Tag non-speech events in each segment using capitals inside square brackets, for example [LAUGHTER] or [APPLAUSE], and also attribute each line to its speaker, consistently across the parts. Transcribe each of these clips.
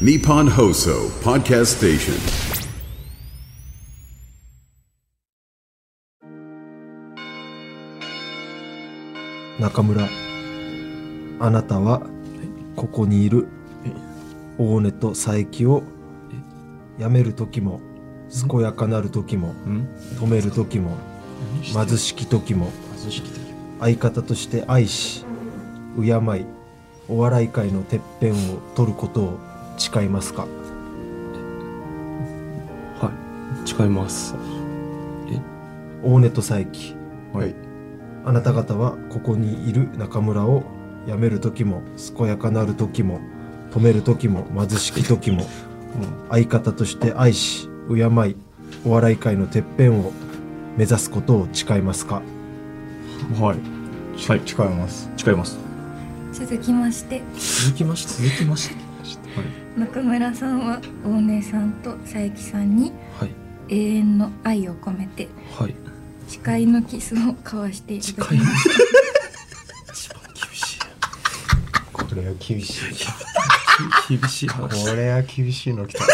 Speaker 1: Nippon Hoso Podcast Station.
Speaker 2: 中村あなたはここにいる大根と佐伯をやめる時も健やかなる時も止める時も貧しき時も相方として愛し敬いお笑い界のてっぺんを取ることを誓いますか
Speaker 3: はい誓います
Speaker 2: 大根と佐伯
Speaker 3: はい
Speaker 2: あなた方はここにいる中村をやめる時も健やかなる時も止める時も貧しき時も相方として愛し敬いお笑い界のてっぺんを目指すことを誓いますか
Speaker 3: はいはい
Speaker 4: 誓います
Speaker 3: 誓います
Speaker 5: 続きまして
Speaker 3: 続きまして続きまして
Speaker 5: 中村さんは大根さんと佐伯さんに
Speaker 3: はい
Speaker 5: 永遠の愛を込めて
Speaker 3: はいはい
Speaker 5: 誓いのキスを交わしていただき
Speaker 3: い
Speaker 5: ます
Speaker 3: 一番厳し
Speaker 4: これは厳しい
Speaker 3: い厳しい話い
Speaker 4: これは厳しいの来た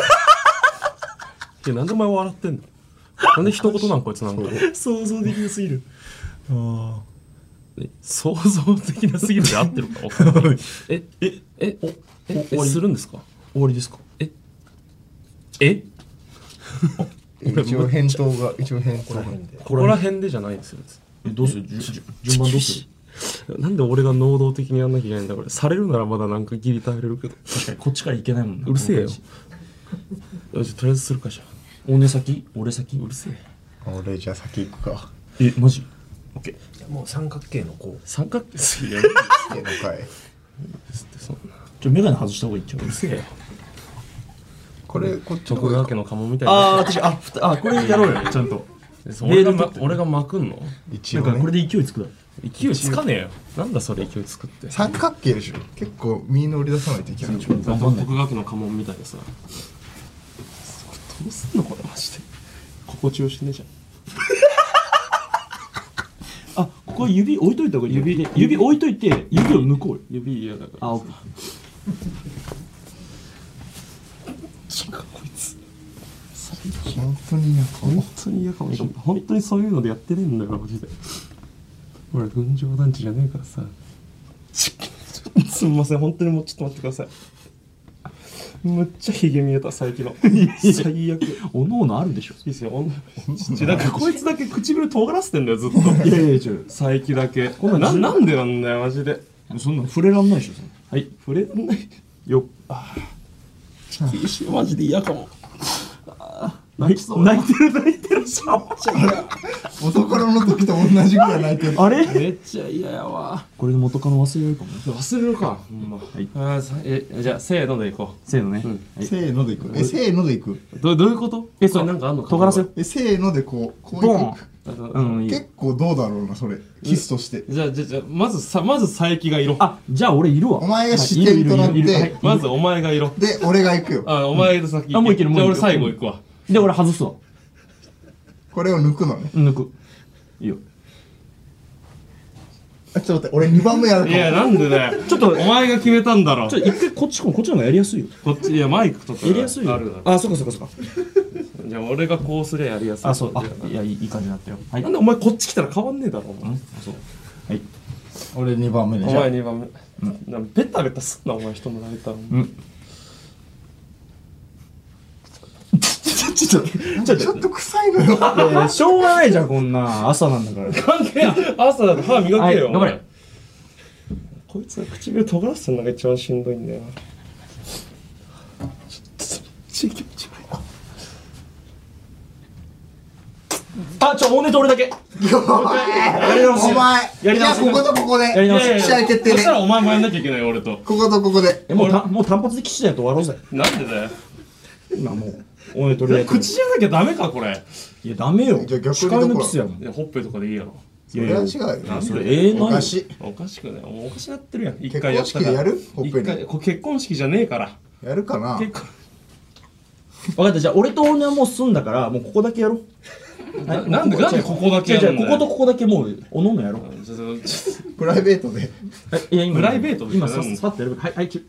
Speaker 3: やなんでお前笑ってんのなんで一言なんこいつなんか
Speaker 4: 想像できなすぎ
Speaker 3: [LAUGHS]
Speaker 4: るあ
Speaker 3: え想像的なすぎるで合ってる [LAUGHS] かわかんないえええおええするんですか
Speaker 4: 終わりですか
Speaker 3: ええ
Speaker 4: 一応返答が一応返答が
Speaker 3: ここら辺でじゃないんですよ
Speaker 6: どうするじゅじゅ順番どうする
Speaker 3: なんで俺が能動的にやんなきゃいけないんだこれされるならまだなんかギリ耐えれるけど
Speaker 6: 確かにこっちからいけないもんな
Speaker 3: うるせえよ
Speaker 6: この
Speaker 3: じゃあ
Speaker 6: 感
Speaker 3: とりあえずするかじゃあ
Speaker 6: じ大根先俺先うるせ
Speaker 4: 俺じゃあ先行くか
Speaker 6: ええマジオッケー
Speaker 2: もう三角形のこ
Speaker 3: 三角形すぎる
Speaker 4: いいのかい
Speaker 3: ってそんな
Speaker 6: じゃあメガネ外した方がいいんちゃう
Speaker 3: うるせえよ
Speaker 4: これこっちの
Speaker 3: 徳
Speaker 4: 方
Speaker 3: 川
Speaker 4: が
Speaker 3: 家の鴨みたいな
Speaker 6: ああ私あふたあこれやろうよちゃんと
Speaker 3: でそ俺が
Speaker 6: レール
Speaker 3: ま
Speaker 6: 取って
Speaker 3: 俺が巻くんの
Speaker 4: 一
Speaker 6: だ
Speaker 4: 応
Speaker 6: からこ
Speaker 4: ね
Speaker 6: れで勢いつくだろ
Speaker 3: 勢いつかねえよなんだそれ勢いつくって
Speaker 4: 三角形でしょ結構身乗り出さないといけない
Speaker 3: 徳川家の家紋みたいなさどうすんのこれマジで心地よしねえ [LAUGHS] じゃん
Speaker 6: あここは指置いといた方がいいよ指指置いといて指を抜こうよ
Speaker 3: 指嫌だから
Speaker 6: あオッケーかこいつ
Speaker 4: 本当になんか
Speaker 3: 本当に嫌かもしれない本当にそういうのでやってねえんだよマジで俺群青団地じゃねえからさちょ [LAUGHS] すみません本当にもうちょっと待ってくださいむっちゃひげ見えた最
Speaker 6: [LAUGHS]
Speaker 3: 近の最悪い
Speaker 6: おのおのあるでしょ
Speaker 3: いですよ女ちなんかこいつだけ唇尖らせてんだよずっと
Speaker 6: いやいや違う
Speaker 3: 佐伯だけこんななんでなんだよマジで
Speaker 6: そんなの触れらんないでしょそんな
Speaker 3: はい触れないよあー厳しいマジで嫌かも
Speaker 6: 泣い泣いてる泣
Speaker 3: [LAUGHS]
Speaker 6: いてるし
Speaker 4: 元からの時と同じぐらい泣いてる
Speaker 6: あれ
Speaker 3: めっちゃ嫌やわ
Speaker 6: これで元カノ忘れるかもね
Speaker 3: 忘れるかほんま
Speaker 6: い
Speaker 3: あーさえじゃあせーのでいこう
Speaker 6: せーのね、はい
Speaker 4: せーので行くえせーので行く
Speaker 3: どどういうこと
Speaker 6: えそ
Speaker 3: こ
Speaker 6: う
Speaker 3: れなんかあんの
Speaker 6: 尖らせ
Speaker 4: えせーのでこうこう
Speaker 6: ボ
Speaker 4: 行
Speaker 6: ン
Speaker 4: く
Speaker 6: うんいいよ
Speaker 4: 結構どうだろうなそれキスとして
Speaker 3: じゃあじゃあじゃあまずさまず佐伯がいろ
Speaker 6: あじゃあ俺いるわ
Speaker 4: お前が視点となって
Speaker 6: はいいるいるいるはい
Speaker 3: まずお前がいろ
Speaker 4: で俺が行くよ
Speaker 3: あお前が先
Speaker 6: あもういけるも
Speaker 3: じ
Speaker 6: う
Speaker 3: ゃあ
Speaker 6: いける
Speaker 3: 俺最後行くわ
Speaker 6: で俺外すわ
Speaker 4: これを抜くのね
Speaker 6: 抜くいいよ
Speaker 4: あちょっと待って俺2番目やるか
Speaker 3: い
Speaker 4: も
Speaker 3: やなんでだよ
Speaker 6: ちょっと
Speaker 3: お前が決めたんだろ
Speaker 6: ちょっと一回こっちこっちの方がやりやすいよ
Speaker 3: こっちいやマイクとか
Speaker 6: やりやすいよ
Speaker 3: あるだろ
Speaker 6: あそっかそっかそっか
Speaker 3: じゃあ俺がこうすりゃやりやすい
Speaker 6: あそうあいやいいいい感じになったよはい
Speaker 3: なんでお前こっち来たら変わんねえだろお前
Speaker 6: そうはい
Speaker 4: 俺2番目で
Speaker 3: お
Speaker 4: じゃあ
Speaker 3: 前2番目なんかベタベタすんなお前人もらえたら
Speaker 6: うん
Speaker 4: ちょっとちょっと臭いのよ
Speaker 6: いやいやしょうがないじゃんこんな朝なんだから
Speaker 3: 関係ない朝だと歯磨
Speaker 6: は
Speaker 3: け
Speaker 6: い
Speaker 3: よ、
Speaker 6: 頑張れ
Speaker 3: こいつは唇尖らせてるのが一番しんどいんだよなちょっとちょっと気持ち悪い
Speaker 6: あちょ大根と俺だけ
Speaker 3: やり直し
Speaker 4: お前
Speaker 6: やり
Speaker 4: いや
Speaker 6: 直し
Speaker 4: こことここで
Speaker 6: やり直し
Speaker 4: 試合決定
Speaker 3: そ
Speaker 4: で
Speaker 3: したらお前もやんなきゃいけない俺と
Speaker 4: こことここで
Speaker 6: えもうたもう単発で騎士だよと終わろうぜ
Speaker 3: なんでだよ
Speaker 6: 今もう大根と俺だけ
Speaker 3: 口じゃなきゃダメかこれ
Speaker 6: いやダメよ
Speaker 4: じゃあ逆に
Speaker 6: 司会のキスやもん
Speaker 3: いやほっぺとかでいいやろ
Speaker 6: い
Speaker 4: そ
Speaker 6: やい
Speaker 4: れは
Speaker 6: や
Speaker 4: 違うよ
Speaker 6: あそれ永遠
Speaker 4: お
Speaker 6: ない
Speaker 4: か
Speaker 6: よ
Speaker 4: しい
Speaker 3: おかしくないもうおかしなってるやん一
Speaker 4: 結
Speaker 3: 回や
Speaker 4: 婚
Speaker 3: った
Speaker 4: 式
Speaker 3: から
Speaker 4: でやるほっぺ
Speaker 3: 一回
Speaker 4: に
Speaker 3: こう結婚式じゃねえから
Speaker 4: やるかな
Speaker 3: 結婚
Speaker 6: 分かったじゃあ俺と大根はもう済んだからもうここだけやろう
Speaker 3: ななんでなんでここだけや
Speaker 6: じゃ
Speaker 3: る
Speaker 6: あ
Speaker 3: ん
Speaker 6: こ
Speaker 3: だよ
Speaker 6: ことここだけもうおのおのやろう
Speaker 3: ちょっとちょっ
Speaker 4: プライベートで
Speaker 6: えいや今
Speaker 3: プライベートでしょ
Speaker 6: 今さスパッとやればはいはいちゅ
Speaker 3: と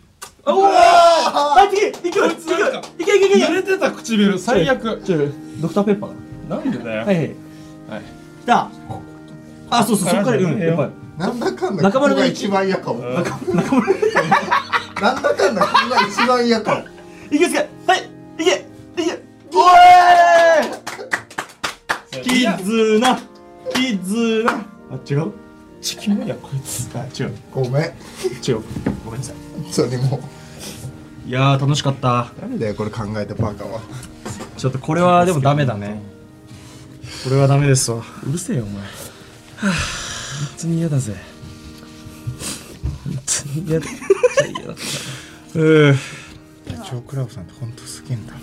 Speaker 3: お
Speaker 6: あ、いけいけいけい
Speaker 3: こいつなんか
Speaker 6: けいけいけい
Speaker 3: 揺れてた唇最悪
Speaker 6: けちょドクターペッパー
Speaker 3: なんでだよ、
Speaker 6: はいはい
Speaker 3: はい
Speaker 6: 来たあ、そうそう、そっから、うん、やっぱり
Speaker 4: なんだかんだ
Speaker 6: 中村
Speaker 4: ここ
Speaker 6: の
Speaker 4: が
Speaker 6: 位置
Speaker 4: 一番嫌かもなんだ [LAUGHS] かんだここが一番嫌かも
Speaker 6: いけすかはいいけいけおえキッズなキッズなあ、違う
Speaker 3: チキンやこいつあ違う
Speaker 4: ご
Speaker 3: 違
Speaker 4: めん
Speaker 3: うごめんなさい
Speaker 4: [LAUGHS] それもう
Speaker 6: いやー楽しかった
Speaker 4: 誰だよこれ考えたバカは
Speaker 6: ちょっとこれはでもダメだねこれはダメですわ
Speaker 3: うるせえよお前本当に嫌だぜ本当に嫌
Speaker 6: [LAUGHS]
Speaker 3: だ
Speaker 4: ダチョウクラブさんって本当好きんだ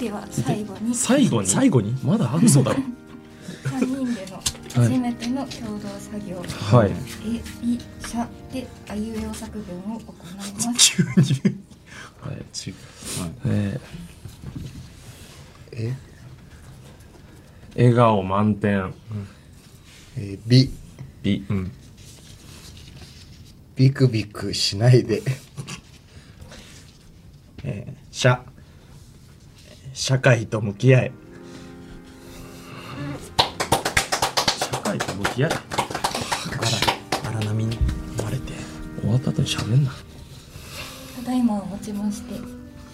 Speaker 5: では最後に
Speaker 3: 最後に最後にまだあるのだろ
Speaker 5: 3人での初めての共同作業、
Speaker 3: はい
Speaker 5: えいしゃであいうえお作文を行います
Speaker 4: 急に
Speaker 3: はい違う、え
Speaker 4: え
Speaker 3: ー笑顔満点
Speaker 4: えービ
Speaker 3: 美うん
Speaker 4: ビクビクしない
Speaker 6: [LAUGHS]
Speaker 4: で
Speaker 6: えー、社社会と向き合え
Speaker 3: 社会と向き合い
Speaker 6: 荒波に生まれて
Speaker 3: 終わった後に喋んな
Speaker 5: ただいまをもちまして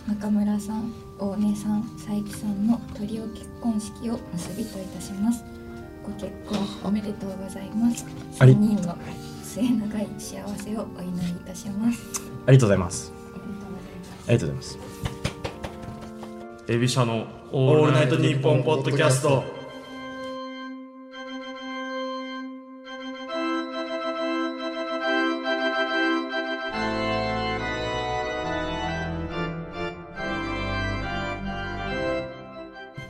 Speaker 5: 中村さん大根さん佐伯さんのトリオ結婚式を結びといたしますご結婚おめでとうございます
Speaker 6: あり
Speaker 5: 3人の末永い幸せをお祈りいたします
Speaker 6: ありがとうございます
Speaker 5: おめでとうございます
Speaker 6: ありがとうございます
Speaker 3: エビシャのオールナイトニッポンポッドキャスト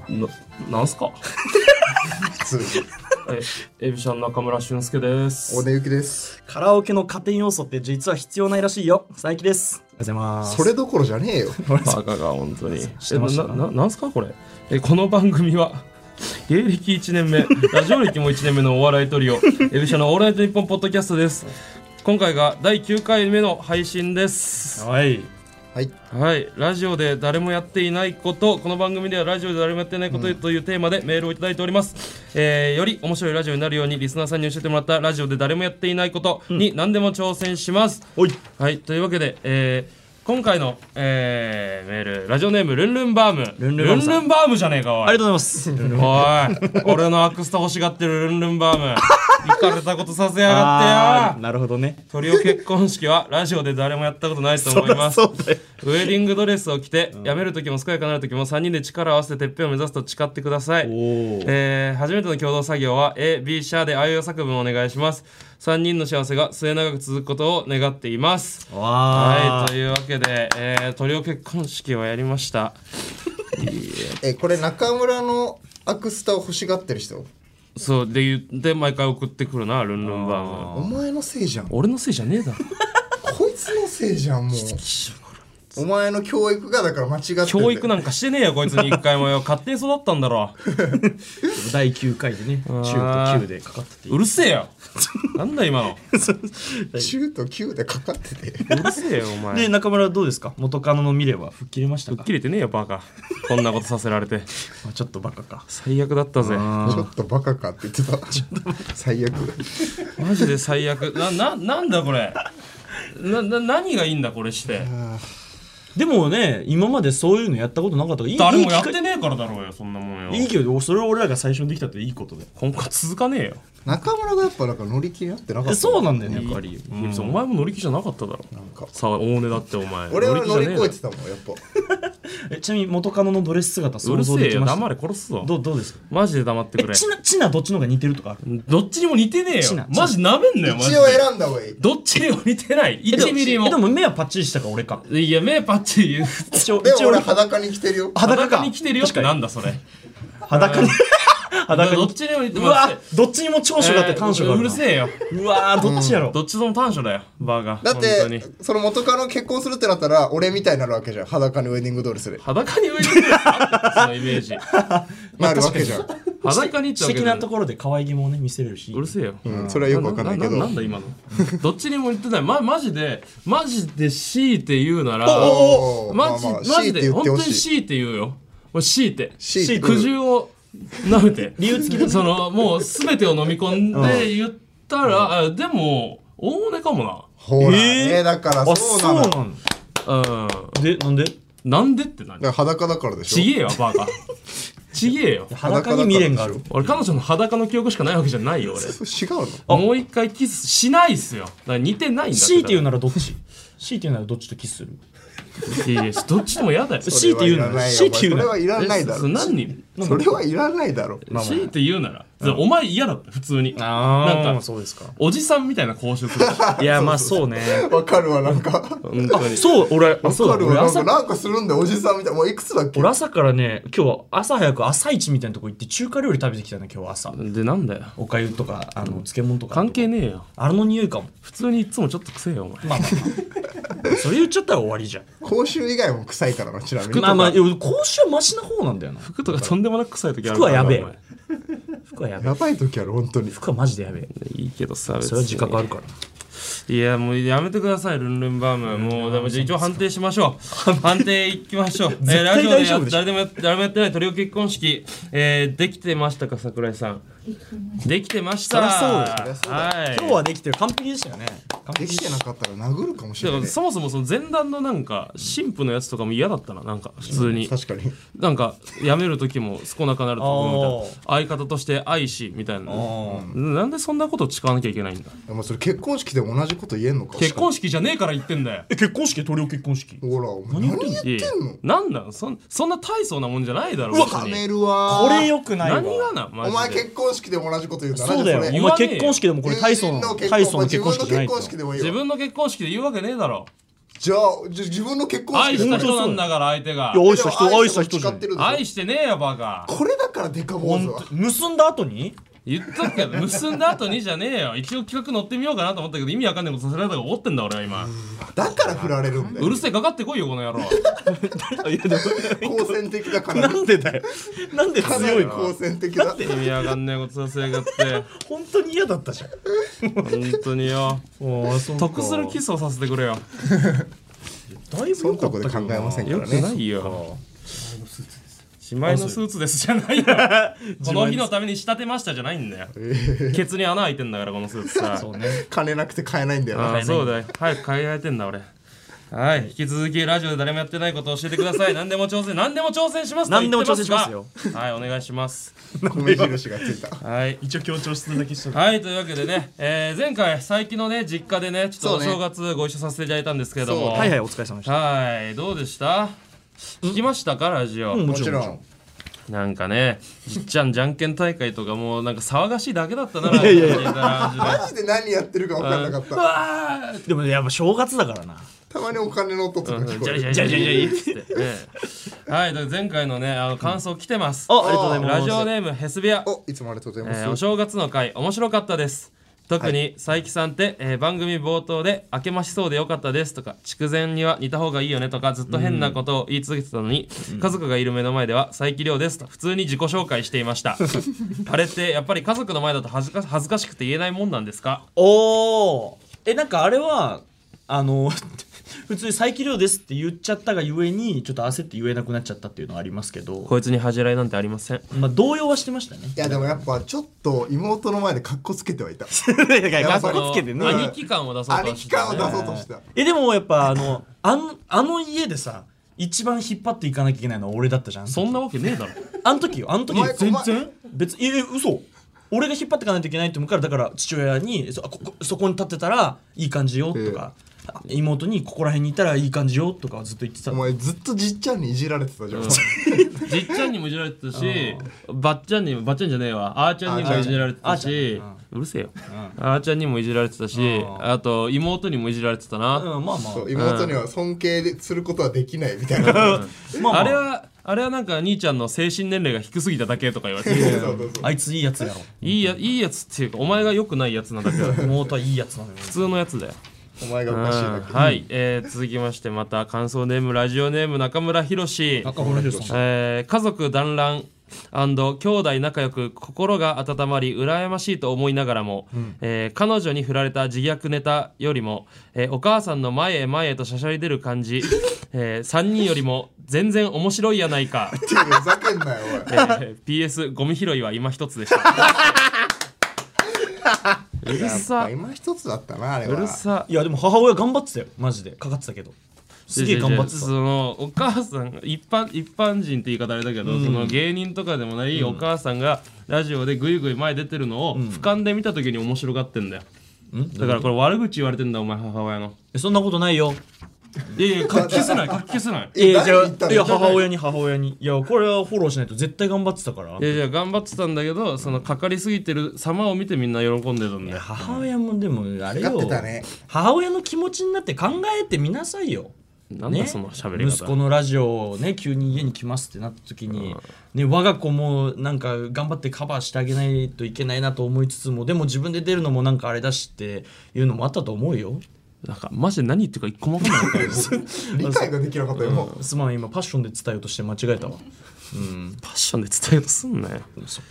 Speaker 3: ななんす
Speaker 6: [LAUGHS]
Speaker 3: か
Speaker 4: 普通に
Speaker 3: えエビシャの中村俊介です
Speaker 4: おねゆきです
Speaker 6: カラオケの加点要素って実は必要ないらしいよ佐伯ですありがとうございます
Speaker 4: それどころじゃねえよ
Speaker 3: バカが本当に。
Speaker 6: てました
Speaker 3: えなななんすかこれえ。この番組は [LAUGHS] 芸歴1年目、ラジオ歴も1年目のお笑いト
Speaker 6: [LAUGHS]
Speaker 3: リオ、エビシャのオールナイトニッポンポッドキャストです。今回が第9回目の配信です。
Speaker 6: はい
Speaker 4: はい
Speaker 3: はい、ラジオで誰もやっていないこと、この番組ではラジオで誰もやっていないことというテーマでメールをいただいております。えーより面白いラジオになるようにリスナーさんに教えてもらったラジオで誰もやっていないことに何でも挑戦します。
Speaker 6: おい
Speaker 3: はい、というわけで、えー今回の、えーメール、ラジオネーム、ルンルンバーム。
Speaker 6: ルンルンバームさん
Speaker 3: ルンルンバームじゃねえか、おい。
Speaker 6: ありがとうございます
Speaker 3: おい、俺のアクスタ欲しがってるルンルンバーム。行かれたことさせやがっ
Speaker 6: あー
Speaker 3: てよ。
Speaker 6: なるほどね
Speaker 3: トリオ結婚式はラジオで誰もやったことないと思います。
Speaker 6: そうだよ
Speaker 3: ウェディングドレスを着て、辞める時も健やかなる時も3人で力を合わせててっぺんを目指すと誓ってください。
Speaker 6: おー
Speaker 3: えー初めての共同作業は A、B、シャーであいうえお作文をお願いします。3人の幸せが末永く続くことを願っています。
Speaker 6: わ
Speaker 3: はい、
Speaker 6: ー
Speaker 3: というわけで、えー、トリオ結婚式をやりました。
Speaker 4: えこれ中村のアクスタを欲しがってる人
Speaker 3: そう、で、言って、毎回送ってくるな、ルンルンバーム。
Speaker 4: お前のせいじゃんこ
Speaker 3: 俺のせいじゃねえだろ。
Speaker 4: いつのせいじゃんもうお前の教育がだから間違ってんだよ
Speaker 3: 教育なんかしてねえよ、こいつに一回もよ。勝手に育ったんだろ。
Speaker 6: 第9回でね中と9でかかったっていう
Speaker 3: うるせえよ。なんだ今の。
Speaker 4: 中と9でかかってて
Speaker 3: うるせえよ、お前。
Speaker 6: で中村はどうですか元カノの見れば吹っ切れました
Speaker 3: 吹
Speaker 6: か
Speaker 3: っ切れてねえよ、バカ。こんなことさせられて。
Speaker 6: まあちょっとバカか
Speaker 3: 最悪だったぜ。
Speaker 4: ちょっとバカかって言ってた最悪
Speaker 3: マジで最悪。な、な、なんだこれ。な、な、何がいいんだ、これして。
Speaker 6: でもね今までそういうのやったことなかったからいい
Speaker 3: 誰もやっ
Speaker 6: いい
Speaker 3: てねえからだろうよ、そんなもんよ。
Speaker 6: 機会いいけどそれを俺らが最初にできたっていいことで
Speaker 3: 今後続かねえよ。
Speaker 4: 中村がやっぱなんか乗り気になってなかっ
Speaker 6: え
Speaker 4: た
Speaker 6: そうなんだよね
Speaker 3: やっぱり、お前も乗り気じゃなかっただろ
Speaker 4: か
Speaker 3: さあ大根だってお前
Speaker 4: 俺は乗
Speaker 3: 気じ
Speaker 4: り
Speaker 3: ゃねえ
Speaker 4: 越え
Speaker 3: だろ
Speaker 4: てたもんやっぱ
Speaker 6: えちなみに元カノのドレス姿
Speaker 3: う
Speaker 6: 想
Speaker 3: るせ
Speaker 6: 像で
Speaker 3: え
Speaker 6: き
Speaker 3: よ
Speaker 6: ました
Speaker 3: 黙れ殺すぞ
Speaker 6: どうどうですか
Speaker 3: マジで黙って
Speaker 6: え
Speaker 3: くれ
Speaker 6: チナチナどっちの方が似てるとかある
Speaker 3: どっちにも似てねえ
Speaker 6: チ
Speaker 3: よ
Speaker 6: ナ
Speaker 3: マジなめんなよマジ
Speaker 4: 一
Speaker 3: で
Speaker 4: 応選んだ方がいい
Speaker 3: どっちにも似てない1ミリ
Speaker 6: えで
Speaker 3: も
Speaker 6: も目はパッチリしたから俺か
Speaker 3: いや目パッチリ言う
Speaker 6: 一応
Speaker 4: で
Speaker 6: 一応
Speaker 4: 俺裸に着てるよ
Speaker 6: 裸か
Speaker 3: に来てるよってなんだそれ
Speaker 6: 裸に裸
Speaker 3: ど
Speaker 6: に
Speaker 3: っちにも似て
Speaker 6: う
Speaker 3: ま
Speaker 6: わ
Speaker 3: あ
Speaker 6: どっちにも長所があって短所があ
Speaker 3: えーう
Speaker 6: る
Speaker 3: る
Speaker 6: な
Speaker 3: せえよ
Speaker 6: うわどっちやろ
Speaker 3: どっちとも短所だよバーガー
Speaker 4: だっ
Speaker 3: 本当に
Speaker 4: てその元カノ結婚するってなったら俺みたいになるわけじゃん裸にウェディングドレスで
Speaker 3: 裸に上にいるやつあったそのイメージ [LAUGHS]
Speaker 4: なるわけじゃん
Speaker 3: 裸にってわ
Speaker 6: 私
Speaker 3: け
Speaker 6: 的
Speaker 3: じゃ
Speaker 6: ないところで可愛げもね見せれるし
Speaker 3: うるせえよ。
Speaker 4: うんそれはよくわかんないけど
Speaker 3: なんだ今 [LAUGHS] の。どっちにも言ってない。ま、マジで、マジで強いて言うなら、
Speaker 4: おー
Speaker 3: マジ、
Speaker 4: まあまあ
Speaker 3: マジ
Speaker 4: 強いて
Speaker 3: で、
Speaker 4: 言っ
Speaker 3: 本
Speaker 4: て
Speaker 3: 当
Speaker 4: ほ
Speaker 3: に
Speaker 4: しい
Speaker 3: 強いて言うよ。もう強いて。
Speaker 4: 強いて
Speaker 3: 苦渋を舐めて。理由付きその、もう全てを飲み込んで言ったら、あでも、大根かも
Speaker 4: ほら
Speaker 6: え
Speaker 4: ね
Speaker 6: ー
Speaker 4: だから
Speaker 6: あ
Speaker 4: そう
Speaker 6: そうな
Speaker 4: なのだか
Speaker 6: ん
Speaker 3: な。うん。
Speaker 6: でなんで
Speaker 3: なんでって何
Speaker 4: ら裸だからで
Speaker 3: ち
Speaker 4: し
Speaker 3: げえよ、バカ。ちげえよ。
Speaker 6: 裸に未練がある
Speaker 3: 俺、彼女の裸の記憶しかないわけじゃないよ、俺。
Speaker 4: ょそう違うの
Speaker 3: もう一回キスしないっすよ。だから似てないんだって
Speaker 6: 強いて言うならどっち強いて言うならどっちとキスする
Speaker 3: いやいやどっちでも嫌だよ。
Speaker 6: 強いて言うなら強いて言うなら
Speaker 4: それはいらないだ
Speaker 3: えそ
Speaker 4: ろ
Speaker 3: 何に
Speaker 4: それはいらないだろ
Speaker 3: 強いて言うなら、お前嫌だった、普通に。
Speaker 6: あ
Speaker 3: な
Speaker 6: あ
Speaker 3: ん
Speaker 6: ー
Speaker 3: か
Speaker 6: そうですか
Speaker 3: おじさんみたいな交渉する。
Speaker 6: いやまあそうね
Speaker 4: わかるわなんか
Speaker 3: 本当に。
Speaker 6: そう俺あそう
Speaker 4: わか
Speaker 6: だ
Speaker 4: る
Speaker 6: 俺
Speaker 4: わなんか
Speaker 6: 朝
Speaker 4: なんかするんだよおじさんみたいもういくつだっけ
Speaker 6: 俺朝からね今日は朝早く朝市みたいなとこ行って中華料理食べてきたね今日は朝
Speaker 3: で、なんだよ。
Speaker 6: おかゆとかあの漬物とか
Speaker 3: 関係ねえよ。
Speaker 6: あれの匂いかも
Speaker 3: 普通にいつもちょっとくせえよ、お前。
Speaker 6: まあまあまあそれ言っちゃったら終わりじゃん
Speaker 4: 口臭以外も臭いからなちなみに
Speaker 6: まあまあいや口臭はマシな方なんだよな
Speaker 3: 服とかとんでもなく臭い時ある
Speaker 6: 服はやべえ
Speaker 3: お前
Speaker 6: 服はやべえ
Speaker 4: やばい時ある本当に
Speaker 6: 服はマジでやべえ
Speaker 3: いいけどさ、
Speaker 6: それは自覚あるから
Speaker 3: ら。いや、もうやめてください、ルンルンバーム。もう、でもじゃあ一応判定しましょう。判定いきましょ
Speaker 6: [LAUGHS]
Speaker 3: う。えー
Speaker 6: 対
Speaker 3: ラジオ
Speaker 6: 大丈夫
Speaker 3: で
Speaker 6: でしょ
Speaker 3: 誰でもや誰もやってないトリオ結婚式、えーできてましたか、桜井さん。できてました。
Speaker 6: そりゃそうだよ
Speaker 3: はい。
Speaker 6: 今日はできてる完璧でしたよね完
Speaker 4: で
Speaker 6: 璧
Speaker 4: きてなかったら殴るかもし
Speaker 3: で
Speaker 4: れ
Speaker 3: も
Speaker 4: ない
Speaker 3: そもそもその前段のなんか神父のやつとかも嫌だったななんか普通に
Speaker 4: 確かに
Speaker 3: なんか辞める時も健なくなるとこみたいな
Speaker 6: あ
Speaker 3: 相方として愛しみたいな
Speaker 6: あ
Speaker 3: なんでそんなこと誓わなきゃいけないんだ
Speaker 4: でもそれ結婚式でも同じこと言えんのか
Speaker 3: 結婚式じゃねえから言ってんだよ
Speaker 6: え結婚式トリオ結婚式こ
Speaker 4: ほらお前何言って
Speaker 3: いや
Speaker 4: んの
Speaker 3: なんなのそんそんな大層なもんじゃないだろ別
Speaker 4: は
Speaker 3: に
Speaker 4: めるわ
Speaker 6: れよくないわ
Speaker 3: 何がなマジで
Speaker 4: お前結婚式でも同じこと言うな
Speaker 6: そうだよ
Speaker 4: 何
Speaker 6: お
Speaker 3: 言わ
Speaker 6: 前
Speaker 3: ねえよ
Speaker 6: 結婚式でもこれ大層の大層の結婚式じゃないと
Speaker 4: 自分の結婚式でもいい
Speaker 3: 自
Speaker 4: よ
Speaker 3: 分の結婚式で言うわけねえだろ
Speaker 4: じゃあじゃあ自分の結婚
Speaker 3: 愛
Speaker 4: 式で
Speaker 3: した
Speaker 4: も
Speaker 3: 人なんだから相手が
Speaker 6: いや愛した人愛した人じゃ
Speaker 4: 使っ
Speaker 6: ん
Speaker 4: てるでしょ
Speaker 3: 愛してねえよバカ
Speaker 4: これだからデカ坊主は
Speaker 6: 結んだ後に [LAUGHS]
Speaker 3: 言っとくけど結んだ後にじゃねえよ一応企画乗ってみようかなと思ったけど意味わかんないことさせられたから怒ってんだ俺は今
Speaker 4: だから振られるんだ
Speaker 3: う
Speaker 4: よ
Speaker 3: るせえかかってこいよこの野郎
Speaker 4: 好戦的だから
Speaker 6: なんでだよなんで
Speaker 4: かな
Speaker 6: 強い
Speaker 4: り
Speaker 6: の
Speaker 4: 好戦的だ
Speaker 3: 意味わかんねえことさせやがって
Speaker 6: 本当に嫌だったじゃん
Speaker 3: 本当によ
Speaker 6: ああそう
Speaker 3: 得するキスをさせてくれよ
Speaker 6: だいぶ
Speaker 4: そ
Speaker 6: 良
Speaker 4: ん
Speaker 6: か
Speaker 4: な
Speaker 6: っ
Speaker 4: こ
Speaker 6: た
Speaker 4: と考えませんか
Speaker 3: よ
Speaker 4: ら
Speaker 3: く
Speaker 4: ね
Speaker 3: ないよしまいのスーツですじゃないよこの日のために仕立てましたじゃないんだよケツに穴開いてんだからこのスーツさ
Speaker 6: そうね
Speaker 4: 金なくて買えないんだよ
Speaker 3: あ
Speaker 4: な
Speaker 3: あそうだよ早く買い替えてんだ俺はい引き続きラジオで誰もやってないことを教えてください何でも挑戦何でも挑戦しますと言ってすが
Speaker 6: 何でも挑
Speaker 3: はいお願いします
Speaker 4: 米印がついた
Speaker 3: はい
Speaker 6: 一応強調するだけしと
Speaker 3: はいというわけでね、えー前回佐伯のね実家でねちょっとお正月ご一緒させていただいたんですけれども、
Speaker 4: そう
Speaker 6: はいはいお疲れ様でした
Speaker 3: はいどうでした聞きましたかラジオ、
Speaker 4: もちろん
Speaker 3: なんかねじっちゃんじゃんけん大会とかもうなんか騒がしいだけだったなラジオ
Speaker 6: いやいや
Speaker 3: 聞いたらマジ
Speaker 4: マジで何やってるか分かんなかった
Speaker 3: で
Speaker 6: でもねやっぱ正月だからな
Speaker 4: たまにお金の音とか聞こ
Speaker 3: じゃ
Speaker 4: え
Speaker 3: りじゃ
Speaker 4: る
Speaker 3: りじゃりじゃりじゃりっつって、ね、はいという前回のねあの感想来てます、
Speaker 6: あありがとうございます
Speaker 3: ラジオネームヘスビア
Speaker 4: おいつもありがとうござい
Speaker 3: えーお
Speaker 4: ます
Speaker 3: 正月の回面白かったです特に佐伯さんって、えー番組冒頭で「明けましそうでよかったです」とか「筑前には似た方がいいよね」とかずっと変なことを言い続けてたのに、家族がいる目の前では「佐伯亮です」と普通に自己紹介していま [LAUGHS] したあれってやっぱり家族の前だと恥ずか恥ずかしくて言えないもんなんですか
Speaker 6: おおえなんかあれはあの [LAUGHS] 普通に再起量ですって言っちゃったがゆえにちょっと焦って言えなくなっちゃったっていうのはありますけど、
Speaker 3: こいつに恥じらいなんてありません
Speaker 6: まあ、動揺はしてましたね
Speaker 4: いやでもやっぱちょっと妹の前で格好つけてはいた
Speaker 6: だ
Speaker 4: から
Speaker 3: あ
Speaker 4: 格
Speaker 3: の
Speaker 4: 好
Speaker 6: ね
Speaker 4: ない
Speaker 3: 兄貴感を出そう
Speaker 4: 兄
Speaker 3: と
Speaker 4: 貴
Speaker 3: してね
Speaker 4: 感を出そうとした
Speaker 6: えでもやっぱあのあんあの家でさ一番引っ張っていかなきゃいけないのは俺だったじゃん
Speaker 3: そんなわけねえだろ
Speaker 6: あの時よあの時
Speaker 4: お前
Speaker 6: 全
Speaker 4: お前
Speaker 6: 然別にえ嘘俺が引っ張っていかないといけないって思うからだから父親にそあここそこに立ってたらいい感じよとか、あ妹にここら辺にいたらいい感じよとかはずっと言ってた
Speaker 4: お前ずっとじっちゃんにいじられてたじゃん
Speaker 3: じっちゃんにもいじられてたし、ばっちゃんにも、ばっちゃんじゃねえわ、あーちゃんにもいじられてたし、うるせえよ、あーちゃんにもいじられてたし、あと妹にもいじられてたな。
Speaker 6: うんまあまあ
Speaker 4: そう妹には尊敬することはできないみたいな
Speaker 6: まあまあ
Speaker 3: あれは、あれはなんか兄ちゃんの精神年齢が低すぎただけとか言われて、
Speaker 4: そうそうそう
Speaker 6: あいついいやつやろ
Speaker 3: いいや、いいやつっていうか、お前が良くないやつなんだけ [LAUGHS] ど、普
Speaker 6: 妹はいいやつなのよ
Speaker 3: 通のやつだよ。
Speaker 4: お前がおかしいだけ
Speaker 3: はい、えー続きまして、また感想ネーム、ラジオネーム、中村博士。
Speaker 6: 中村宏さん
Speaker 3: えー家族団らん兄弟仲良く心が温まり羨ましいと思いながらも、えー彼女に振られた自虐ネタよりも、えーお母さんの前へ前へとしゃしゃり出る感
Speaker 4: [LAUGHS]
Speaker 3: じ、え3人よりも全然面白いやない
Speaker 4: [LAUGHS]
Speaker 3: か、
Speaker 4: てめえふざけんなよ、
Speaker 3: えー PS ゴミ拾いは今一つ
Speaker 4: [LAUGHS]
Speaker 3: でした
Speaker 4: おい。
Speaker 3: うるさ
Speaker 4: やっぱ今一つだったな、あれ
Speaker 3: う
Speaker 4: は。
Speaker 3: るさ
Speaker 6: いやでも母親頑張ってたよマジでかかってたけどすげえ頑張って
Speaker 3: そ
Speaker 6: た
Speaker 3: のお母さん一般一般人って言い方あれだけど、その芸人とかでもないお母さんがラジオでぐいぐい前出てるのを俯瞰で見た時に面白がってんだよ、だからこれ悪口言われてんだお前母親
Speaker 6: [LAUGHS]
Speaker 3: の
Speaker 6: えそんなことないよ
Speaker 3: いやいや書き消せない書き消せない
Speaker 6: え
Speaker 4: 誰
Speaker 6: じゃ
Speaker 4: に言った
Speaker 6: あ
Speaker 4: の
Speaker 6: いや母親に母親にいやこれはフォローしないと絶対頑張ってたか
Speaker 3: い
Speaker 6: ら
Speaker 3: やいや頑張ってたんだけどそのかかりすぎてる様を見てみんな喜んでたんだよ
Speaker 6: 母親もでもあれ
Speaker 4: かか
Speaker 6: よ
Speaker 4: ってたね
Speaker 6: 母親の気持ちになって考えてみなさいよ
Speaker 3: なんだその喋り方
Speaker 6: 息子のラジオをね急に家に来ますってなった時に、ね、我が子もなんか頑張ってカバーしてあげないといけないなと思いつつもでも自分で出るのもなんかあれだしっていうのもあったと思うよ
Speaker 3: なんかマジで何言ってるか一個も分かんなかった
Speaker 6: [LAUGHS]
Speaker 3: よ
Speaker 4: 理解ができなかったよ、もう。
Speaker 6: すまん今パッションで伝えようとして間違えたわ
Speaker 3: パッションで伝えようとすんなよ
Speaker 6: そっ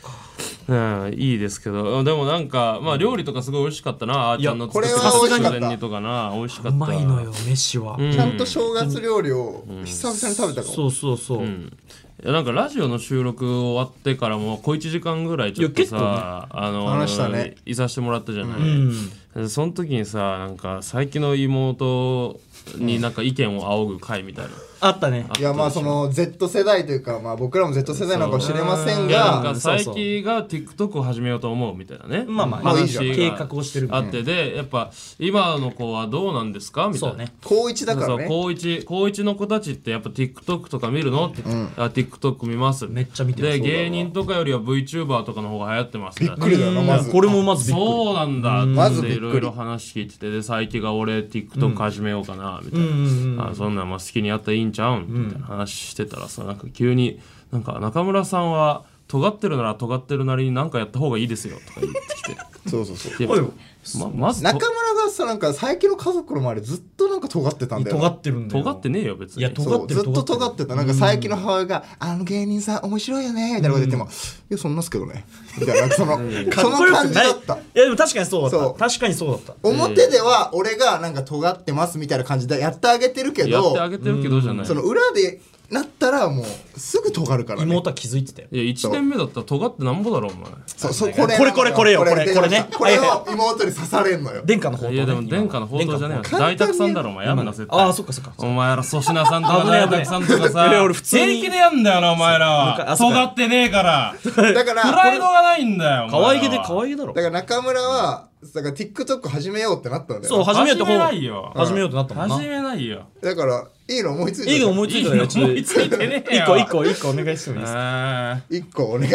Speaker 6: か
Speaker 3: うんいいですけどでもなんかまあ料理とかすごい美味しかったなあーちゃんの作って
Speaker 4: いやこ
Speaker 3: た
Speaker 4: れは美味しかった
Speaker 3: にとかな美味しかった
Speaker 6: うまいのよ飯は、
Speaker 3: うん
Speaker 4: ちゃんと正月料理を久々に食べたかも。
Speaker 6: そうそうそう、
Speaker 3: いやなんかラジオの収録終わってからも小1時間ぐらいちょっと
Speaker 6: いや
Speaker 3: さ、あの
Speaker 4: 話したね
Speaker 3: いさせてもらったじゃない、その時にさなんか最近の妹になんか意見を仰ぐ会みたいな、
Speaker 6: あったね
Speaker 4: いやまあその Z 世代というかまあ僕らも Z 世代なのかもしれません
Speaker 3: いやなんか
Speaker 4: が
Speaker 3: 佐伯が TikTok を始めようと思うみたいなね
Speaker 6: まあまあ
Speaker 4: いい
Speaker 3: 話
Speaker 4: じゃん
Speaker 3: が
Speaker 6: 計画をしてるみた
Speaker 3: あ
Speaker 6: いな
Speaker 3: ってでやっぱ今の子はどうなんですかみたい
Speaker 6: そ
Speaker 3: な
Speaker 6: うね
Speaker 4: 高一だか
Speaker 3: そ
Speaker 4: ら
Speaker 3: う
Speaker 4: ね
Speaker 3: 高一高一の子たちってやっぱ TikTok とか見るのって、あ TikTok 見ます
Speaker 6: めっちゃ見てます
Speaker 3: で芸人とかよりは VTuber とかの方が流行ってます
Speaker 4: びっくりだよなまず
Speaker 6: これもまずびっくり
Speaker 3: そうなんだ
Speaker 4: まず
Speaker 3: で
Speaker 4: びっくり
Speaker 3: いろいろ話聞いててで佐伯が俺 TikTok 始めようかなみたいなあそんなんまあ好きにやったらいいんちゃうんみたいな話してたらさなんか急になんか中村さんは尖ってるなら尖ってるなりに何かやった方がいいですよとか言ってきて
Speaker 6: [LAUGHS]
Speaker 4: そうそうそう
Speaker 3: でままずと
Speaker 4: 中村がさなんか佐伯の家族の周りずっとなんか尖ってたんだよ
Speaker 6: 尖ってるんだよ
Speaker 3: 尖ってねえよ別に
Speaker 6: いや尖
Speaker 4: そう
Speaker 6: って
Speaker 4: ず
Speaker 6: る
Speaker 4: っと尖ってたなんか佐伯の母親が「あの芸人さん面白いよね」みたいなこと言っても「いやそんなっすけどね」みたいなそのその感じだっ
Speaker 6: い
Speaker 4: た
Speaker 6: やでも確かにそうだ
Speaker 4: そ
Speaker 6: っ
Speaker 4: う
Speaker 6: た確かにそうだった
Speaker 4: 表では俺がなんか尖ってますみたいな感じでやってあげてるけ
Speaker 3: やってあ
Speaker 4: ど
Speaker 3: げてるけどじゃない
Speaker 4: その裏でなったらもうすぐ尖るからね
Speaker 6: 妹は気づいてたよ
Speaker 3: いや1年目だったら尖ってなんぼだろお前
Speaker 4: そうそうこれ
Speaker 6: これこれこれよこれこれね
Speaker 4: これを妹に刺されんのよ
Speaker 6: 殿下の宝
Speaker 3: い
Speaker 6: 刀ね
Speaker 3: やでも殿下の報道じゃねえよ大沢さんだろお前やんな絶対
Speaker 6: ああそっかそっか
Speaker 3: お前ら粗品さんとか
Speaker 6: 危な
Speaker 3: 大
Speaker 6: い危ない
Speaker 3: 沢さんとかさ
Speaker 6: [LAUGHS] いや俺普通に
Speaker 3: 平気でやんだよなお前ら
Speaker 6: そう
Speaker 3: は
Speaker 6: あそうか
Speaker 3: 尖ってねえ
Speaker 6: [LAUGHS]
Speaker 3: からプ
Speaker 4: だから
Speaker 3: ライドがないんだよお前らは
Speaker 6: 可愛げで可愛げだろ
Speaker 4: だから中村はだから TikTok 始めようってなったんだよ
Speaker 6: そう始めようって
Speaker 3: 始め
Speaker 6: 方
Speaker 3: ないよ
Speaker 6: 始めようってなったもん
Speaker 3: 始
Speaker 6: な
Speaker 3: めないよ
Speaker 4: だからいいの思いついた
Speaker 6: いいの思いついたよ [LAUGHS] ちょっと
Speaker 3: 追いついてねえよ
Speaker 6: 一個一個一個お願いしてもいいですか
Speaker 3: あ
Speaker 4: 一個お願い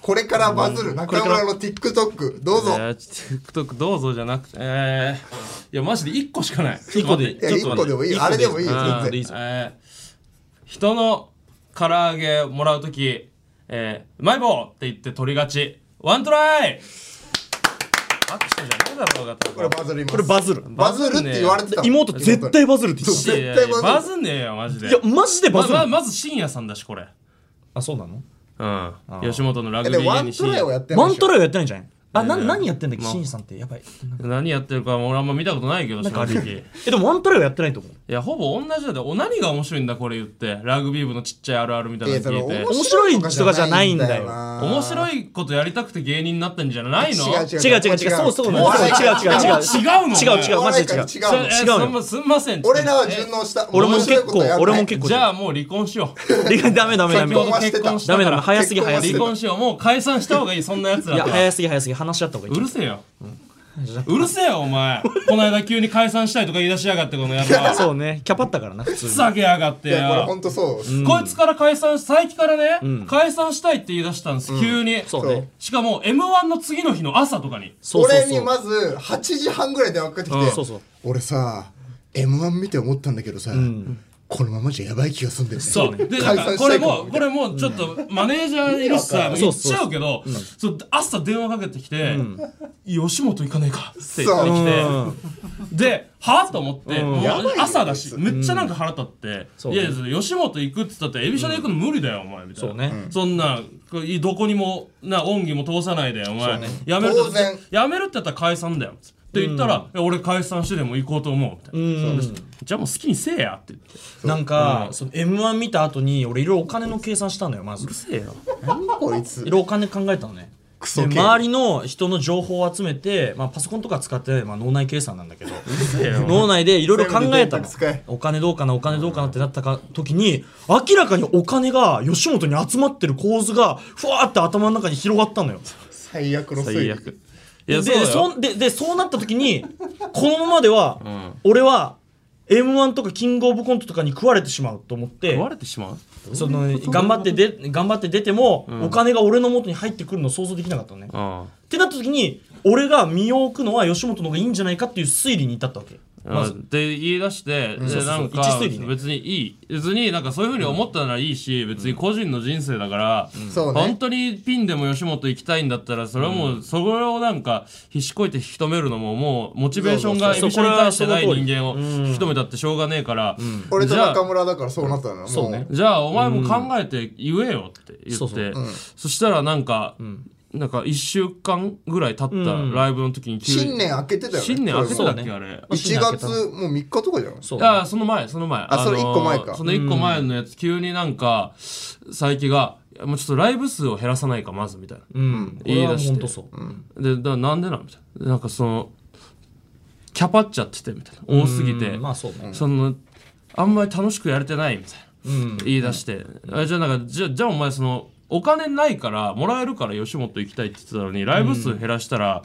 Speaker 4: これからバズる中村の TikTok ど
Speaker 3: ー
Speaker 4: うぞ
Speaker 3: いや TikTok どうぞじゃなくてえーいやマジで1個しかない
Speaker 6: 一個でいい
Speaker 4: いや一個でもいいよあれでもいいよ
Speaker 3: あ
Speaker 4: 全
Speaker 3: ー
Speaker 4: 然
Speaker 3: えー人の唐揚げもらうとき、えー、うまい棒って言って取りがち。ワントライ拍手じゃねえだろうが、多
Speaker 4: これ
Speaker 3: 分。
Speaker 4: バズります
Speaker 6: これバズる
Speaker 4: バズるって言われてたもん
Speaker 6: 妹絶対バズるって言って
Speaker 4: そう
Speaker 3: いや
Speaker 4: 絶
Speaker 3: いやい
Speaker 4: 対
Speaker 3: や
Speaker 4: バ
Speaker 3: バ
Speaker 4: ズる
Speaker 3: ズんねえよ、マジで。
Speaker 6: たいやマジでバズ
Speaker 3: まま
Speaker 6: る
Speaker 3: まず深夜さんだし、これ。
Speaker 6: あそうなの
Speaker 3: うん。吉本のラグ
Speaker 4: え
Speaker 3: ビ
Speaker 4: でも
Speaker 3: ー
Speaker 4: ワ
Speaker 3: 芸
Speaker 4: ン
Speaker 3: 人
Speaker 4: トライをやってない
Speaker 6: ワ
Speaker 4: で
Speaker 6: ン
Speaker 4: しょ
Speaker 6: トライをやってないんじゃないあな何やってんだっけシンさんってやばい
Speaker 3: 何やってるか俺あんま見たことないけど、正直。い
Speaker 6: えでもワントライをやってないと思う
Speaker 3: や、ほぼ同じだで、お何が面白いんだ、これ言って。ラグビー部のちっちゃいあるあるみたいな
Speaker 4: いや
Speaker 3: の
Speaker 4: その
Speaker 3: 聞いて。
Speaker 4: 面白いとかじゃないんだよな
Speaker 3: 面白いことやりたくて芸人になったんじゃないの
Speaker 4: 違う
Speaker 6: 違う違う
Speaker 4: 違う
Speaker 6: 違うそうそうな
Speaker 4: も
Speaker 6: の
Speaker 4: 笑い
Speaker 6: そう違う
Speaker 3: 違
Speaker 6: 違う違う
Speaker 3: うの
Speaker 6: 違う違う
Speaker 4: お
Speaker 6: マジ
Speaker 4: 笑い
Speaker 6: で
Speaker 4: 界
Speaker 6: 違う
Speaker 4: 違
Speaker 3: そえ
Speaker 4: う
Speaker 6: 違
Speaker 3: そ
Speaker 6: うよ
Speaker 3: んすんません
Speaker 4: 俺らは順応した
Speaker 6: 俺も結構俺も
Speaker 4: 構
Speaker 6: 結構
Speaker 3: じゃあもう離婚しよう
Speaker 6: いやダメダメダ
Speaker 3: 先
Speaker 6: メ
Speaker 3: ほど
Speaker 4: は
Speaker 3: 結婚した
Speaker 6: ダ
Speaker 3: か
Speaker 6: メ
Speaker 3: ら
Speaker 6: ダメ早すぎ早すぎ
Speaker 3: 離婚しようもう解散した方がいいそんなやつ
Speaker 6: い
Speaker 3: ら
Speaker 6: や
Speaker 3: とは
Speaker 6: 早すぎ早すぎ話し合った方がいうい
Speaker 3: るせえようるせえよお前この間急に解散したいとか言い出しやがってこの野郎
Speaker 6: そうねキャパったからな普通
Speaker 3: ふ
Speaker 6: に
Speaker 3: ざけやがって
Speaker 4: いやこれ
Speaker 3: よ
Speaker 4: 本当そう
Speaker 3: こいつから解散佐伯からね、解散したいって言い出したんです、急に
Speaker 6: そうね
Speaker 3: しかも m 1の次の日の朝とかに
Speaker 6: そうそう
Speaker 4: 俺に
Speaker 6: そう
Speaker 4: まず8時半ぐらい電話かかってき
Speaker 3: うん
Speaker 6: そうそう
Speaker 4: て俺さ M1 見て思ったんだけどさこのままじゃやばい気がすんだよね
Speaker 3: そう。で、な
Speaker 4: 解
Speaker 3: んか
Speaker 4: 散し
Speaker 3: こ
Speaker 4: た
Speaker 3: れ
Speaker 4: いか
Speaker 3: も、
Speaker 4: み
Speaker 3: こ
Speaker 4: たいな
Speaker 3: れも、ちょっと、マネージャーいるしさ、もう言っちゃうけど、そう、朝電話かけてきて、吉本行かねえかって言ってきて、で、はぁと思って、もう
Speaker 4: やばいよ
Speaker 3: 朝だし、めっちゃなんか腹立って、
Speaker 6: うん
Speaker 3: いやいや、それ吉本行くって言ったって、エビシャで行くの無理だよ、お前、みたいな。
Speaker 6: そうね
Speaker 3: そんな、こうどこにも、な、恩義も通さないで、お前、やめる
Speaker 4: 当
Speaker 3: って
Speaker 4: 然、
Speaker 3: やめるって言ったら解散だよ、つって。って言ったら、いや俺解散してでも行こうと思う、みたいな。
Speaker 6: うん
Speaker 3: じゃあもう好きにせえや、って言って。
Speaker 6: なんか、その M1 見た後に、俺いろいろお金の計算したのよ、まず。うるせえよ。
Speaker 4: こいつ
Speaker 6: いろいろお金考えたのね。
Speaker 4: クソ
Speaker 6: で
Speaker 4: 系
Speaker 6: 周りの人の情報を集めて、まあ、パソコンとか使ってない、まあ、脳内計算なんだ [LAUGHS] けど
Speaker 3: [LAUGHS]
Speaker 6: 脳内でいろいろ考えた
Speaker 4: 全部電
Speaker 6: の
Speaker 4: 卓使え
Speaker 6: お金どうかなお金どうかなってなったか時に明らかにお金が吉本に集まってる構図がふわーって頭の中に広がったのよ
Speaker 4: 最悪の推理
Speaker 3: 最悪。い
Speaker 6: でそんででそうなった時にこのままでは、俺は m 1とかキングオブコントとかに食われてしまうと思って
Speaker 3: 壊れてしまう
Speaker 6: その頑張ってで頑張って出ても、お金が俺の元に入ってくるのを想像できなかったのね、
Speaker 3: あ
Speaker 6: ってなった時に俺が身を置くのは吉本の方がいいんじゃないかっていう推理に至ったわけ
Speaker 3: あ、
Speaker 6: まず
Speaker 3: で言い出して、
Speaker 6: そう
Speaker 3: で
Speaker 6: そう
Speaker 3: なんか
Speaker 6: 一推理ね
Speaker 3: 別にいい別になんかそういうふうに思ったならいいし、別に個人の人生だから、
Speaker 4: そうね
Speaker 3: 本当にピンでも吉本行きたいんだったらそれはもう、それをなんか必死こいて引き止めるのももうモチベーションがエ
Speaker 6: そう
Speaker 3: ビ
Speaker 6: そ
Speaker 3: シ
Speaker 6: うそう
Speaker 3: ョンに対してない
Speaker 6: これはその
Speaker 3: 人
Speaker 6: 通り
Speaker 3: 間を引き止めたってしょうがねえから、
Speaker 4: 俺と
Speaker 3: じゃあ
Speaker 4: 中村だからそうなったのよも
Speaker 6: そうね
Speaker 3: じゃあお前も考えて言えよって言って、
Speaker 6: そうそうう
Speaker 3: そしたらなんか、なんか1週間ぐらい経ったライブの時に急に
Speaker 4: 新年明けてたよね
Speaker 3: 新年明けてたっけ、
Speaker 6: そうね
Speaker 3: あれ
Speaker 4: 1月もう3日とかじゃない
Speaker 6: そう
Speaker 3: ああその前その前
Speaker 4: あそれ一個前か
Speaker 3: その一個前のやつ急になんか佐伯がいや「もうちょっとライブ数を減らさないかまず」みたいな
Speaker 6: うん
Speaker 3: 言い
Speaker 6: 俺は
Speaker 3: 出して
Speaker 6: 本当そう、
Speaker 3: でだなんでなんみたいなでなんかそのキャパっちゃっててみたいな多すぎて
Speaker 6: うんまあそうね
Speaker 3: そのあんまり楽しくやれてないみたいな、言い出して、あじゃあなんかじゃじゃあお前そのお金ないからもらえるから吉本行きたいって言ってたのにライブ数減らしたら、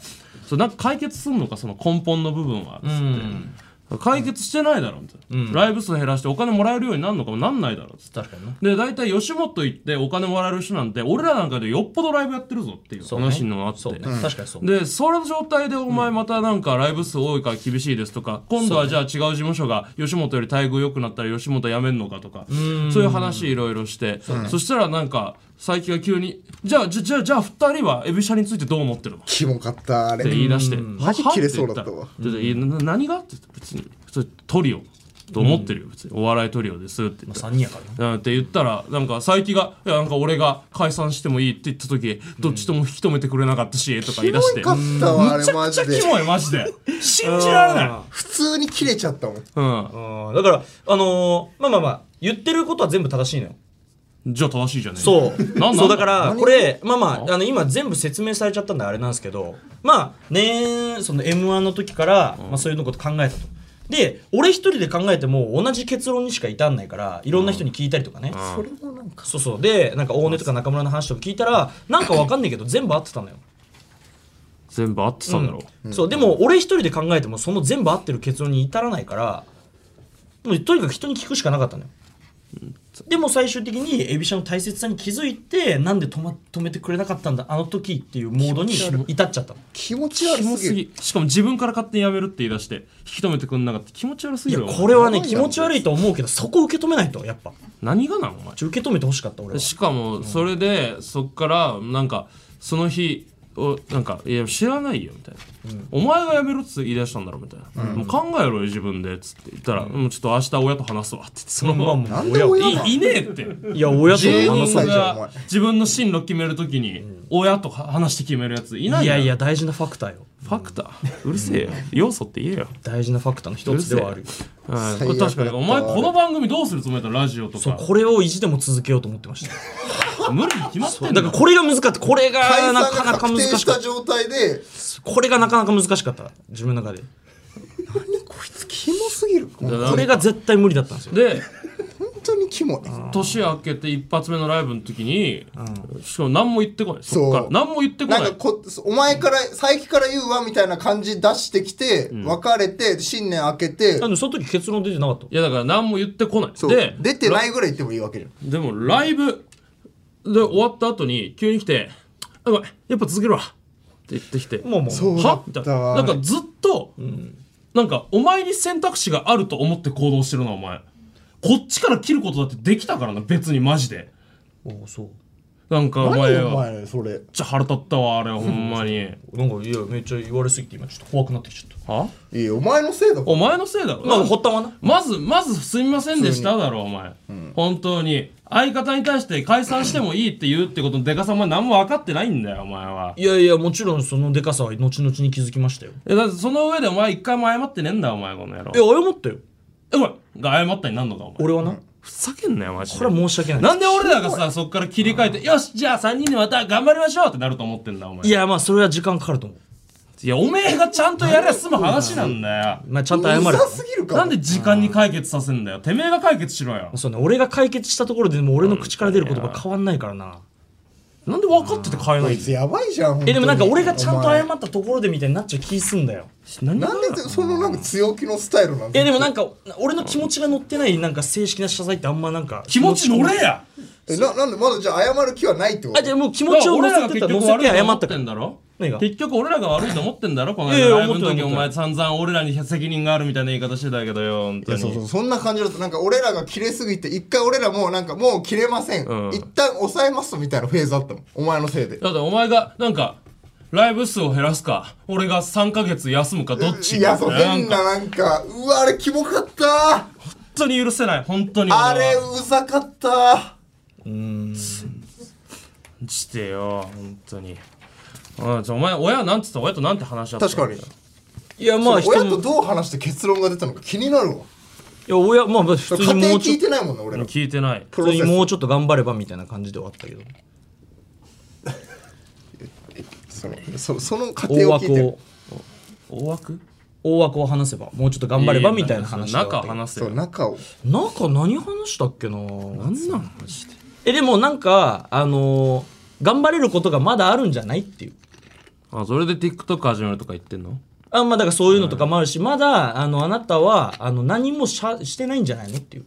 Speaker 3: そうなんか解決すんのかその根本の部分はつって、解決してないだろみたいな、ライブ数減らしてお金もらえるようになるのかもなんないだろつって
Speaker 6: 確かにな
Speaker 3: で大体吉本行ってお金もらえる人なんて俺らなんかでよっぽどライブやってるぞっていう
Speaker 6: そうね
Speaker 3: 話にもあって、
Speaker 6: そうね、確かにそう
Speaker 3: でその状態でお前またなんかライブ数多いから厳しいですとか今度はじゃあ違う事務所が吉本より待遇良くなったら吉本辞めんのかとかそういう話いろいろしてそしたらなんか佐伯が急に「じゃあじゃあじゃあじゃあ2人はエビシャについてどう思ってるの?」っ
Speaker 4: キモかったあれ
Speaker 3: て言い出して
Speaker 4: マジ
Speaker 3: は
Speaker 4: 切れそうだったわ
Speaker 3: って言らでな何が?」って言って別にそれトリオと思ってるよ別にお笑いトリオです」って言って
Speaker 6: 3人やからな
Speaker 3: なんて言ったらなんか佐伯が「いやなんか俺が解散してもいい」って言った時どっちとも引き止めてくれなかったしとか言い出して
Speaker 4: キモかったわ
Speaker 3: め
Speaker 4: あれ
Speaker 3: ち
Speaker 4: マ
Speaker 3: ゃくちゃ
Speaker 4: ジで
Speaker 3: キモいマジで信じられない
Speaker 4: 普通に切れちゃったもん
Speaker 3: う
Speaker 6: うんだからあのーまあまあまあ言ってることは全部正しいのよ
Speaker 3: んじゃあ正しいじゃねえ
Speaker 6: そう
Speaker 3: なんなん
Speaker 6: そうだからこれまあまああの今全部説明されちゃったんであれなんですけどまあねその m 1の時から、まあ、そういうのこと考えたと。で俺一人で考えても同じ結論にしか至んないからいろんな人に聞いたりとかね、それもなんかそうそうでなんか大根とか中村の話とか聞いたらなんかわかんないけど全部合ってたのよ、
Speaker 3: 全部合ってたんだろ
Speaker 6: そうでも俺一人で考えてもその全部合ってる結論に至らないからもうとにかく人に聞くしかなかったのよでも最終的にエビシャの大切さに気づいてなんで止,、ま、止めてくれなかったんだあの時っていうモードに至っちゃったの
Speaker 4: 気持ち悪
Speaker 3: キモ
Speaker 4: す
Speaker 3: す
Speaker 4: ぎる
Speaker 3: ぎしかも自分から勝手にやめるって言い出して引き止めてくんなかった気持ち悪す
Speaker 6: い
Speaker 3: ぎ
Speaker 6: や
Speaker 3: るわ
Speaker 6: これはね気持ち悪いと思うけどそこを受け止めないとやっぱ
Speaker 3: 何がなんお前
Speaker 6: ちょ受け止めてほしかった俺は
Speaker 3: しかもそれでそっからなんかその日をなんか「いや知らないよ」みたいな、お前が辞めろ」っつって言い出したんだろ」みたいな、もう考えろよ自分で」っつって言ったら「もうちょっと明日親と話すわ」って言ってそのまま、
Speaker 4: なんで親なの
Speaker 3: いいねえって
Speaker 6: いや親と
Speaker 4: 芸
Speaker 6: 話
Speaker 4: 人
Speaker 6: そ
Speaker 4: さ
Speaker 6: うん
Speaker 4: じゃんお前
Speaker 3: が自分の進路決めるときに親とは話して決めるやついない
Speaker 6: い
Speaker 3: よ
Speaker 6: やいや大事なファクターよ
Speaker 3: ファクターうるせえよ要素って言えよ
Speaker 6: 大事なファクターの一つではあるよ
Speaker 3: はい
Speaker 4: 最悪だった
Speaker 3: 確かにお前この番組どうするつもりだったラジオと
Speaker 6: そう
Speaker 3: か
Speaker 6: これを意地でも続けようと思ってました
Speaker 3: 無理に決まってん
Speaker 6: だ
Speaker 3: だ
Speaker 6: から
Speaker 3: か
Speaker 6: これが難かったこれが
Speaker 4: 解散
Speaker 6: な
Speaker 4: が
Speaker 6: かなか
Speaker 4: 確
Speaker 6: 難
Speaker 4: 定
Speaker 6: しかっ
Speaker 4: したた状態で
Speaker 6: これがなかなか難しかった自分の中で
Speaker 4: こいつキモすぎる本
Speaker 3: ら
Speaker 6: これが絶対無理だったんですよ
Speaker 3: で
Speaker 4: 当にキモい
Speaker 3: 年明けて一発目のライブの時にしかも何も言ってこないそっから
Speaker 4: そう
Speaker 3: 何も言ってこ
Speaker 4: な
Speaker 3: なん
Speaker 4: か
Speaker 3: い
Speaker 4: こお前から佐伯から言うわみたいな感じ出してきて別れて新年明けて
Speaker 6: あのその時結論出てなかった
Speaker 3: いやだから何も言ってこない
Speaker 4: そう
Speaker 3: で
Speaker 4: 出てないぐらい言ってもいいわけじゃん
Speaker 3: でもライブで終わった後に急に来て「あごめんやっぱ続けるわ」って言ってきて
Speaker 6: もうもう
Speaker 4: そうだ
Speaker 3: は
Speaker 4: っ
Speaker 3: みたい
Speaker 4: たわ
Speaker 3: ななんかずっと、なんかお前に選択肢があると思って行動してるなお前こっちから切ることだってできたからな別にマジで
Speaker 6: あそう
Speaker 3: なんかお
Speaker 4: 何
Speaker 3: 前
Speaker 4: よお
Speaker 3: はめっ
Speaker 4: 前それ
Speaker 3: ちゃ腹立ったわあれほんまに
Speaker 6: なんかいやめっちゃ言われすぎて今ちょっと怖くなってきちゃっ
Speaker 3: はい
Speaker 4: やお前のせいだろ
Speaker 3: お前のせいだろ
Speaker 6: たまあ発端はな
Speaker 3: まず、まず、すみませんでしただろ、お前。本当に。相方に対して解散してもいいって言うってことのデカさ、お前何も分かってないんだよ、お前は。
Speaker 6: いやいやもちろんそのデカさは後々に気づきましたよ
Speaker 3: えだってその上でお前一回も謝ってねえんだよ、お前、この野郎
Speaker 6: い。や謝ったよ
Speaker 3: え、お前、謝ったになんのか、お前。
Speaker 6: 俺はな、
Speaker 3: ふざけんなよ、マジ
Speaker 6: こ
Speaker 3: で
Speaker 6: れは。申し訳な
Speaker 3: [LAUGHS]
Speaker 6: い
Speaker 3: なんで俺らがさ、そっから切り替えて、よし、じゃあ3人でまた頑張りましょうってなると思ってんだ、お前。
Speaker 6: い、やまあそれは時間かかると思う
Speaker 3: いやおめえがちゃんとやりゃ済む話なんだよ。
Speaker 6: まあちゃんと謝る
Speaker 4: うざすぎるか
Speaker 3: なんで時間に解決させんだよ。てめえが解決しろよ。
Speaker 6: そうね俺が解決したところでもう俺の口から出る言葉変わんないからななんで分かってて変え
Speaker 4: こ
Speaker 6: ないい
Speaker 4: つやばいじゃん
Speaker 6: えでもなんか俺がちゃんと謝
Speaker 4: っ
Speaker 6: ったところでみたいになっちゃう気すんだよ
Speaker 3: 何
Speaker 4: なんでそのなんか強気のスタイルなん
Speaker 6: えでもなんんか俺の気持ちが乗ってないなんか正式な謝罪ってあんまなんか
Speaker 3: 気持ち乗れや
Speaker 4: えななんでまだじゃあ謝る気はないってこと
Speaker 6: あじゃあもう気持ちを乗
Speaker 3: 俺ら
Speaker 6: せ
Speaker 3: が
Speaker 6: て
Speaker 3: 結
Speaker 6: た乗
Speaker 3: 局
Speaker 6: せ
Speaker 3: 悪
Speaker 6: て
Speaker 3: いと
Speaker 6: 謝
Speaker 3: 思
Speaker 6: っ
Speaker 3: った
Speaker 6: か
Speaker 3: て
Speaker 6: ら
Speaker 3: んだろ
Speaker 6: 何が
Speaker 3: 結局俺らが悪いと思ってんだろこの
Speaker 6: いやいや
Speaker 3: 間ライブの時お
Speaker 6: 思ってない思っ
Speaker 3: 前
Speaker 6: て
Speaker 3: 散々俺らに責任があるみたいな言い方してたけどよ本
Speaker 4: い
Speaker 3: 当
Speaker 4: やそうそ
Speaker 3: に
Speaker 4: うそんな感じだとなんか俺らが切れすぎて一回俺らもうなんかもう切れません、
Speaker 3: うん
Speaker 4: 一旦抑えますみたいなフェーズあったもんお前のせいで
Speaker 3: だってお前がなんかライブ数を減らすか俺が3ヶ月休むかどっち
Speaker 4: いやそう
Speaker 3: な
Speaker 4: 変
Speaker 3: ん
Speaker 4: な
Speaker 3: か
Speaker 4: なんかうわあれキモかった
Speaker 3: 本当に許せない本当に俺は
Speaker 4: あれうざかった
Speaker 3: してよ本当にあちょお前親なんつった親となんて話し合った
Speaker 4: 確かに
Speaker 6: いやまあ人
Speaker 4: 親
Speaker 6: も
Speaker 4: と
Speaker 6: い
Speaker 4: どう話して結論が出たのか気になるわ
Speaker 6: や親まあまあ普
Speaker 4: 家
Speaker 6: 通に
Speaker 4: 庭
Speaker 6: もう
Speaker 4: 聞
Speaker 6: ちょ
Speaker 4: い
Speaker 6: っと
Speaker 4: てないもんね俺ら
Speaker 3: 聞いてない
Speaker 4: プ
Speaker 6: 普
Speaker 4: ロ
Speaker 6: 通
Speaker 4: セ
Speaker 6: に
Speaker 4: ス
Speaker 6: もうちょっと頑張ればみたいな感じではあったけど
Speaker 4: そのそその過
Speaker 6: 大
Speaker 4: 程を聞
Speaker 6: 枠
Speaker 4: いて
Speaker 6: を
Speaker 4: る
Speaker 3: 大枠
Speaker 6: 大枠を話せばもうちょっと頑張ればみたいな話ではあった
Speaker 3: 中
Speaker 6: けど
Speaker 3: 話せ
Speaker 4: そ
Speaker 3: よ
Speaker 4: う中を
Speaker 6: 中何話したっけななん
Speaker 3: なんマジで
Speaker 6: えでもなんかあのー頑張れることがまだあるんじゃないっていう
Speaker 3: あそれで TikTok 始めるとか言ってんの
Speaker 6: あまあだからそういうのとかもあるし、まだあのあなたはあの何もしゃしてないんじゃないのっていう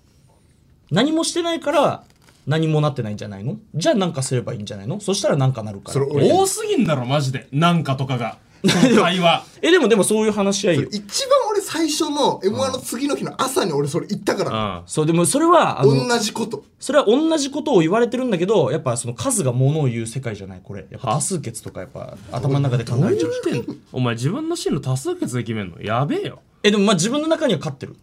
Speaker 6: 何もしてないから何もなってないんじゃないのじゃあなんかすればいいんじゃないのそしたらなんかなるか
Speaker 4: そ
Speaker 6: ら
Speaker 4: れ俺
Speaker 3: 多すぎんだろマジでなんかとか [LAUGHS] がその会話
Speaker 6: えでもでもそういう話し合いよ
Speaker 4: 一番俺最初の m 1の次の日の朝に俺それ言ったか
Speaker 3: う
Speaker 4: ら
Speaker 3: ん
Speaker 6: そうでもそれはあの
Speaker 4: 同じこと
Speaker 6: それは同じことを言われてるんだけどやっぱその数がものを言う世界じゃないこれやっぱ多数決とかやっぱ頭の中で考えちゃうし
Speaker 3: お前自分の進路多数決で決めんのやべえよ
Speaker 6: えでもまあ自分の中には勝ってる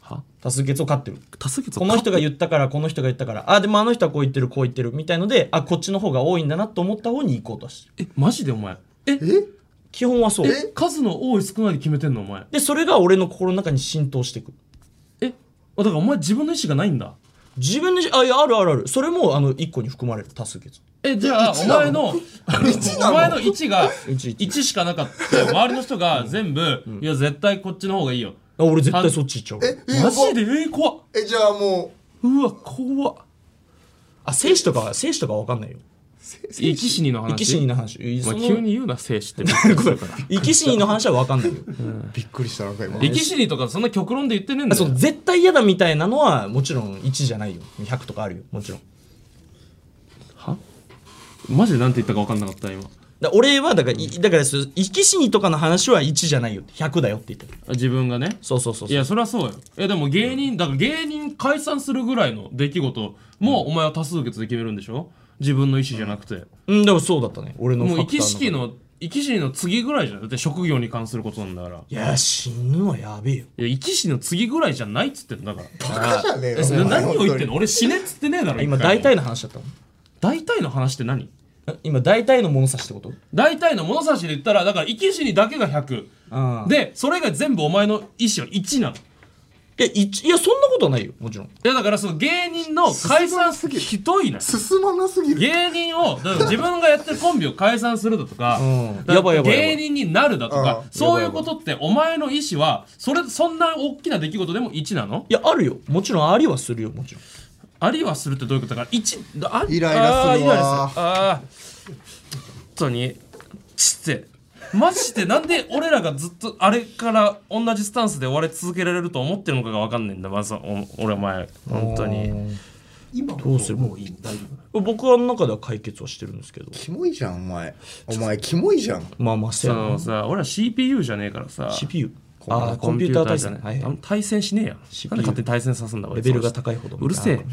Speaker 3: は
Speaker 6: 多数決を勝ってる
Speaker 3: 多数決
Speaker 6: この人が言ったからこの人が言ったからあでもあの人はこう言ってるこう言ってるみたいのであこっちの方が多いんだなと思った方に行こうとしてる
Speaker 3: えマジでお前え
Speaker 4: え
Speaker 6: 基本はそう
Speaker 4: え
Speaker 3: 数の多い少ないで決めてんのお前
Speaker 6: でそれが俺の心の中に浸透していく
Speaker 3: えあだからお前自分の意思がないんだ
Speaker 6: 自分であいやあるあるあるそれもあの1個に含まれる多数決
Speaker 3: えじゃあお
Speaker 4: なの
Speaker 3: 前のお前の1が
Speaker 6: 一一
Speaker 3: 1しかなかった周りの人が全部いや絶対こっちの方がいいよ
Speaker 6: あ俺絶対そっち行っちゃう
Speaker 4: ええ
Speaker 3: マジでえー怖っ
Speaker 4: えじゃあも
Speaker 3: うわ怖っ
Speaker 6: あ生死とかは生死とかは分かんないよ
Speaker 3: 生き死にの話
Speaker 6: 生き死にの話え
Speaker 3: お
Speaker 6: その
Speaker 3: 前急に言うな生死って [LAUGHS] 生
Speaker 6: 生き死にの話は分かん [LAUGHS] ないよ
Speaker 4: うびっくりしたなんか今
Speaker 3: き死にとかそんな極論で言ってねえん
Speaker 6: あ
Speaker 3: だ
Speaker 6: そ
Speaker 3: よ
Speaker 6: の絶対嫌だみたいなのはもちろん1じゃないよ100とかあるよもちろん
Speaker 3: はマジでなんて言ったか分かんなかった今
Speaker 6: だ俺はだから、いだからそう生き死にとかの話は1じゃないよ100だよって言ってる
Speaker 3: あ自分がね
Speaker 6: そうそうそ
Speaker 3: い
Speaker 6: うそう
Speaker 3: やそりゃそうよいやでも芸人だから芸人解散するぐらいの出来事もお前は多数決で決めるんでしょ自分の意思じゃなくて、
Speaker 6: うんでもそうだったね俺の
Speaker 3: もう
Speaker 6: フ
Speaker 3: 生
Speaker 6: ァクター
Speaker 3: き死に
Speaker 6: 中で
Speaker 3: の生き死にの次ぐらいじゃんだって職業に関することなんだからい
Speaker 6: いや死ぬはやべえよ
Speaker 3: や生き死にの次ぐらいじゃないっつってんだから
Speaker 4: バカじゃねえ
Speaker 3: えそれ
Speaker 4: よ
Speaker 3: 何を言ってんの俺死ねっつってねえだろ
Speaker 6: 今
Speaker 3: 一回
Speaker 6: 大
Speaker 3: も
Speaker 6: 体の話だったの
Speaker 3: 大体の話って何
Speaker 6: え今大体の物差しってこと
Speaker 3: 大体の物差しで言ったらだから生き死にだけが100
Speaker 6: あで
Speaker 3: でそれが全部お前の意思は1なの
Speaker 6: いや一いやそんなことはないよもちろん
Speaker 3: いやだからその芸人の解散すひどいな
Speaker 4: 進まなすぎる
Speaker 3: 芸人をだから自分がやってるコンビを解散するだと [LAUGHS] か,、
Speaker 6: うん
Speaker 3: だから
Speaker 6: やばいやばいやば
Speaker 3: 芸
Speaker 6: い
Speaker 3: 人になるだとか
Speaker 4: うん
Speaker 3: そういうことってお前の意思はそれそんな大きな出来事でも1なの
Speaker 6: いやあるよもちろんありはするよもちろん
Speaker 3: ありはするってどういうことだから1あ
Speaker 4: イライラするわ
Speaker 3: あーイライラするあー本当にちってマジでなんで俺らがずっとあれから同じスタンスで終わり続けられると思ってるのかが分かんないんだまずお俺お前本当に
Speaker 7: 今どうするもういい大丈夫
Speaker 6: 僕はの中では解決はしてるんですけど
Speaker 4: キモいじゃんお前お前キモいじゃん
Speaker 6: まあまあ
Speaker 3: そ
Speaker 6: せやな
Speaker 3: のさ俺ら CPU じゃねえからさ
Speaker 6: CPU あーコンピューター対戦
Speaker 3: コンピューターじゃ
Speaker 6: は
Speaker 3: ないい対戦しねえやんなんで勝手に対戦さすんだこい
Speaker 6: レ
Speaker 3: つ
Speaker 6: ベルが高いほど
Speaker 3: うるせ
Speaker 6: あ
Speaker 3: え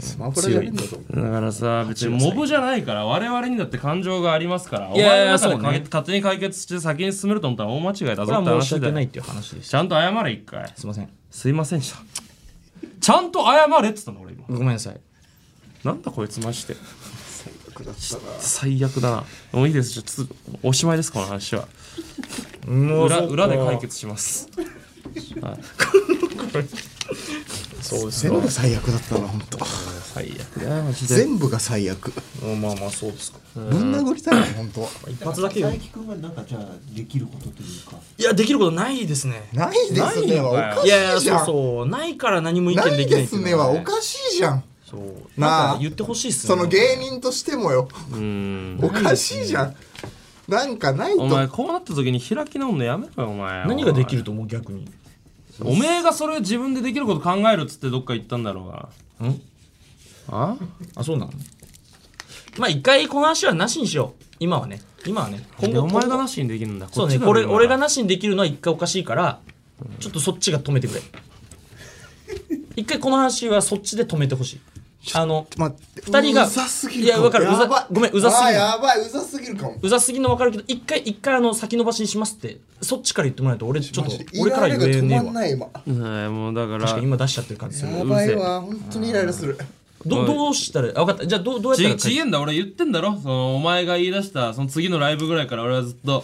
Speaker 4: スマブラじゃねえんだぞ
Speaker 3: だからさ別にモブじゃないから我々にだって感情がありますからお
Speaker 6: いや
Speaker 3: 前
Speaker 6: いや
Speaker 3: の中で
Speaker 6: そうね
Speaker 3: 勝手に解決して先に進めると思ったら大間違いだ
Speaker 6: こ
Speaker 3: ぞ
Speaker 6: れ
Speaker 3: って
Speaker 6: は申し
Speaker 3: 話
Speaker 6: 訳
Speaker 3: で
Speaker 6: ないっていう話でし
Speaker 3: ちゃんと謝れ一回
Speaker 6: たすいません
Speaker 3: すいませんでしたちゃんと謝れっつったの俺今
Speaker 6: ごめんなさい
Speaker 3: なんだこいつマジで最悪だなもういいですじゃあつおしまいですこの話は
Speaker 6: も
Speaker 3: 裏裏で解決します
Speaker 6: そうです
Speaker 4: 全部最悪だったな本当
Speaker 6: 最悪だよマジで
Speaker 4: 全部が最悪
Speaker 6: まあまあそうですか
Speaker 4: ぶん殴りたいな本当
Speaker 6: 一発だけよ
Speaker 2: 佐伯君はなんかじゃあできることというか
Speaker 6: いやできることないですね
Speaker 4: ないですねはおかし
Speaker 6: いやいや
Speaker 4: いじ
Speaker 6: そう
Speaker 4: ゃん
Speaker 6: そうないから何も意
Speaker 4: な
Speaker 6: 見で
Speaker 4: い
Speaker 6: きな
Speaker 4: で
Speaker 6: いって
Speaker 4: す
Speaker 6: いうの
Speaker 4: ねは
Speaker 6: ね
Speaker 4: おかしいじゃん
Speaker 6: そう
Speaker 4: なあ
Speaker 6: なんか言ってほしいっすね
Speaker 4: その芸人としてもよ
Speaker 3: うん
Speaker 4: おかしいじゃんなんかない
Speaker 3: お
Speaker 4: と
Speaker 3: 前こうなった時に開き直るのやめろよお前
Speaker 6: 何ができると思う逆に
Speaker 3: おめえがそれ自分でできること考えるっつってどっか行ったんだろうが
Speaker 6: ん
Speaker 3: あ
Speaker 6: あそうなのまあ一回この話はなしにしよう今はね今はね
Speaker 3: 今後お前がな
Speaker 6: し
Speaker 3: しにできるんだ
Speaker 6: そう
Speaker 3: っち
Speaker 6: ね
Speaker 3: だ
Speaker 6: これ
Speaker 3: 今
Speaker 6: 俺がなしにできるのは一回おかしいからちょっとそっちが止めてくれ一回この話はそっちで止めてほしいあの
Speaker 4: 待って
Speaker 6: 二人が
Speaker 4: うざすぎる
Speaker 6: いやわかるうざ
Speaker 4: やばい
Speaker 6: ごめんうざすぎる
Speaker 4: あーやばいうざすぎるかも
Speaker 6: うざすぎの分かるけど一回一回あの先延ばしにしますってそっちから言ってもらえると俺ちょっと
Speaker 4: マジで
Speaker 6: 俺から
Speaker 4: イライ
Speaker 6: 言え
Speaker 4: ラ
Speaker 6: ねえ
Speaker 4: が止まん
Speaker 6: わ
Speaker 4: ない今
Speaker 3: えーもうだから
Speaker 6: 確かに今出しちゃってる感じする
Speaker 4: やばいわ本当にイライラする
Speaker 6: どどうしたらあ分かったじゃあどうどうやったら
Speaker 3: ちちげえんだ俺言ってんだろそのお前が言い出したその次のライブぐらいから俺はずっと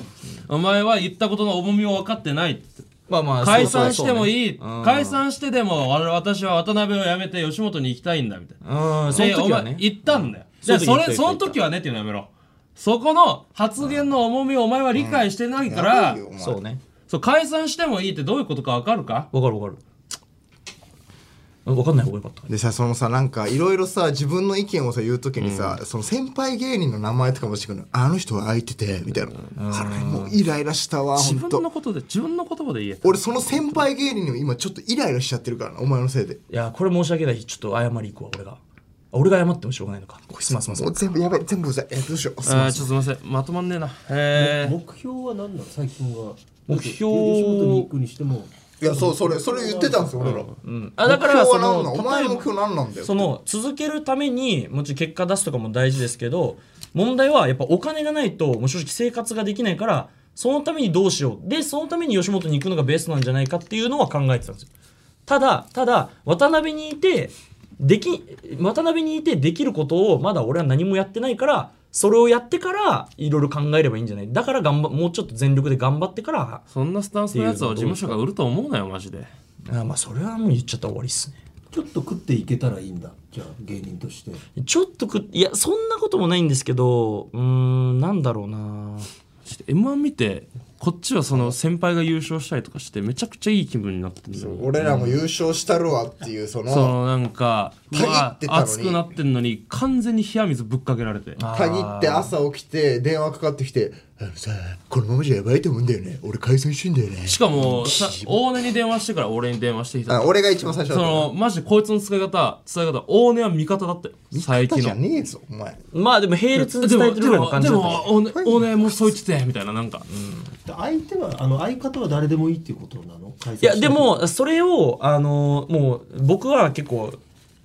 Speaker 3: お前は言ったことの重みを分かってないって
Speaker 6: まあまあ
Speaker 3: 解散してもいい、解
Speaker 6: う
Speaker 3: 散してでもあれ私は渡辺を辞めて吉本に行きたいんだみたいな
Speaker 6: うんそ
Speaker 3: で
Speaker 6: の時は
Speaker 3: お前
Speaker 6: ね
Speaker 3: 言ったんだよ、
Speaker 6: その
Speaker 3: で
Speaker 6: 時
Speaker 3: そ
Speaker 6: 言った
Speaker 3: れその
Speaker 6: 言った
Speaker 3: 時はねっていうのやめろそこの発言の重みをお前は理解してないから、
Speaker 4: やばいよお前
Speaker 6: そうね
Speaker 3: そう解散してもいいってどういうことか分かるか
Speaker 6: わかるわかるあわかんない方がよかった
Speaker 4: でさそのさなんかいろいろさ自分の意見をさ言うときにさ、その先輩芸人の名前とかもしてくるのあの人は空いててみたいな、あれもうイライラしたわ
Speaker 3: 自
Speaker 4: 本
Speaker 3: 分の
Speaker 4: 当
Speaker 3: ことで自分の言葉で言え
Speaker 4: 俺その先輩芸人にも今ちょっとイライラしちゃってるからなお前のせいで
Speaker 6: いやこれ申し訳ないちょっと謝り行くわ俺があ俺が謝ってもしょうがないのかすまんすまんす
Speaker 4: も
Speaker 6: まん
Speaker 4: う全部やばい全部うざいえどうしようすい
Speaker 3: あ
Speaker 4: ま
Speaker 3: ー
Speaker 4: せ
Speaker 3: ち
Speaker 4: ん
Speaker 3: ょっとすいませんまとまんねえなえー、
Speaker 2: 目標は何なの佐伯君は
Speaker 3: 目標
Speaker 2: だって吉本に行くにしても
Speaker 4: いやそうそれそれ言ってたんですよ俺ら、
Speaker 6: うんあだから
Speaker 4: 目
Speaker 6: そ
Speaker 4: 標は何な
Speaker 6: の
Speaker 4: ん
Speaker 6: 例
Speaker 4: お前
Speaker 6: え
Speaker 4: の
Speaker 6: ば
Speaker 4: 目標何なんだよ
Speaker 6: その続けるためにもちろん結果出すとかも大事ですけど問題はやっぱお金がないともう正直生活ができないからそのためにどうしようでそのために吉本に行くのがベストなんじゃないかっていうのは考えてたんですよただただ渡辺にいてでき渡辺にいてできることをまだ俺は何もやってないからそれをやってからいろいろ考えればいいんじゃないだから頑張もうちょっと全力で頑張ってから
Speaker 3: そんなスタンスのやつを事務所が売ると思うなよマジで
Speaker 6: あまあそれはもう言っちゃったら終わりっすね
Speaker 2: ちょっと食っていけたらいいんだじゃあ芸人として
Speaker 6: ちょっとくいやそんなこともないんですけどうーんなんだろうな
Speaker 3: m 1見てこっちはその先輩が優勝したりとかしてめちゃくちゃいい気分になってるのよ
Speaker 4: 俺らも優勝したるわっていうその
Speaker 3: そのなんかう
Speaker 4: たぎ
Speaker 3: わ
Speaker 4: ってたのに
Speaker 3: 熱くなってんのに完全に冷や水ぶっかけられて
Speaker 4: たぎって朝起きて電話かかってきて「あのさこのままじゃやばいと思うんだよね俺解散してんだよね
Speaker 3: しかもさ大根に電話してから俺に電話してき」た
Speaker 4: あ俺が一番最初だ
Speaker 3: そ
Speaker 4: った
Speaker 3: のマジでこいつの使い方伝え方大根は味方だったよ最
Speaker 4: 歌
Speaker 3: 近
Speaker 4: じゃ
Speaker 3: の
Speaker 4: ねえぞお前
Speaker 6: まあでも並列に伝えてるぐらいの感じ
Speaker 3: で
Speaker 6: だっ
Speaker 3: もで
Speaker 6: た
Speaker 3: もでも大根大根もうそう言っててみたいななんか
Speaker 2: で相手はあの相方は誰でもいいっていうことなの解散し
Speaker 6: い
Speaker 2: た
Speaker 6: やでもそれをあのもう僕は結構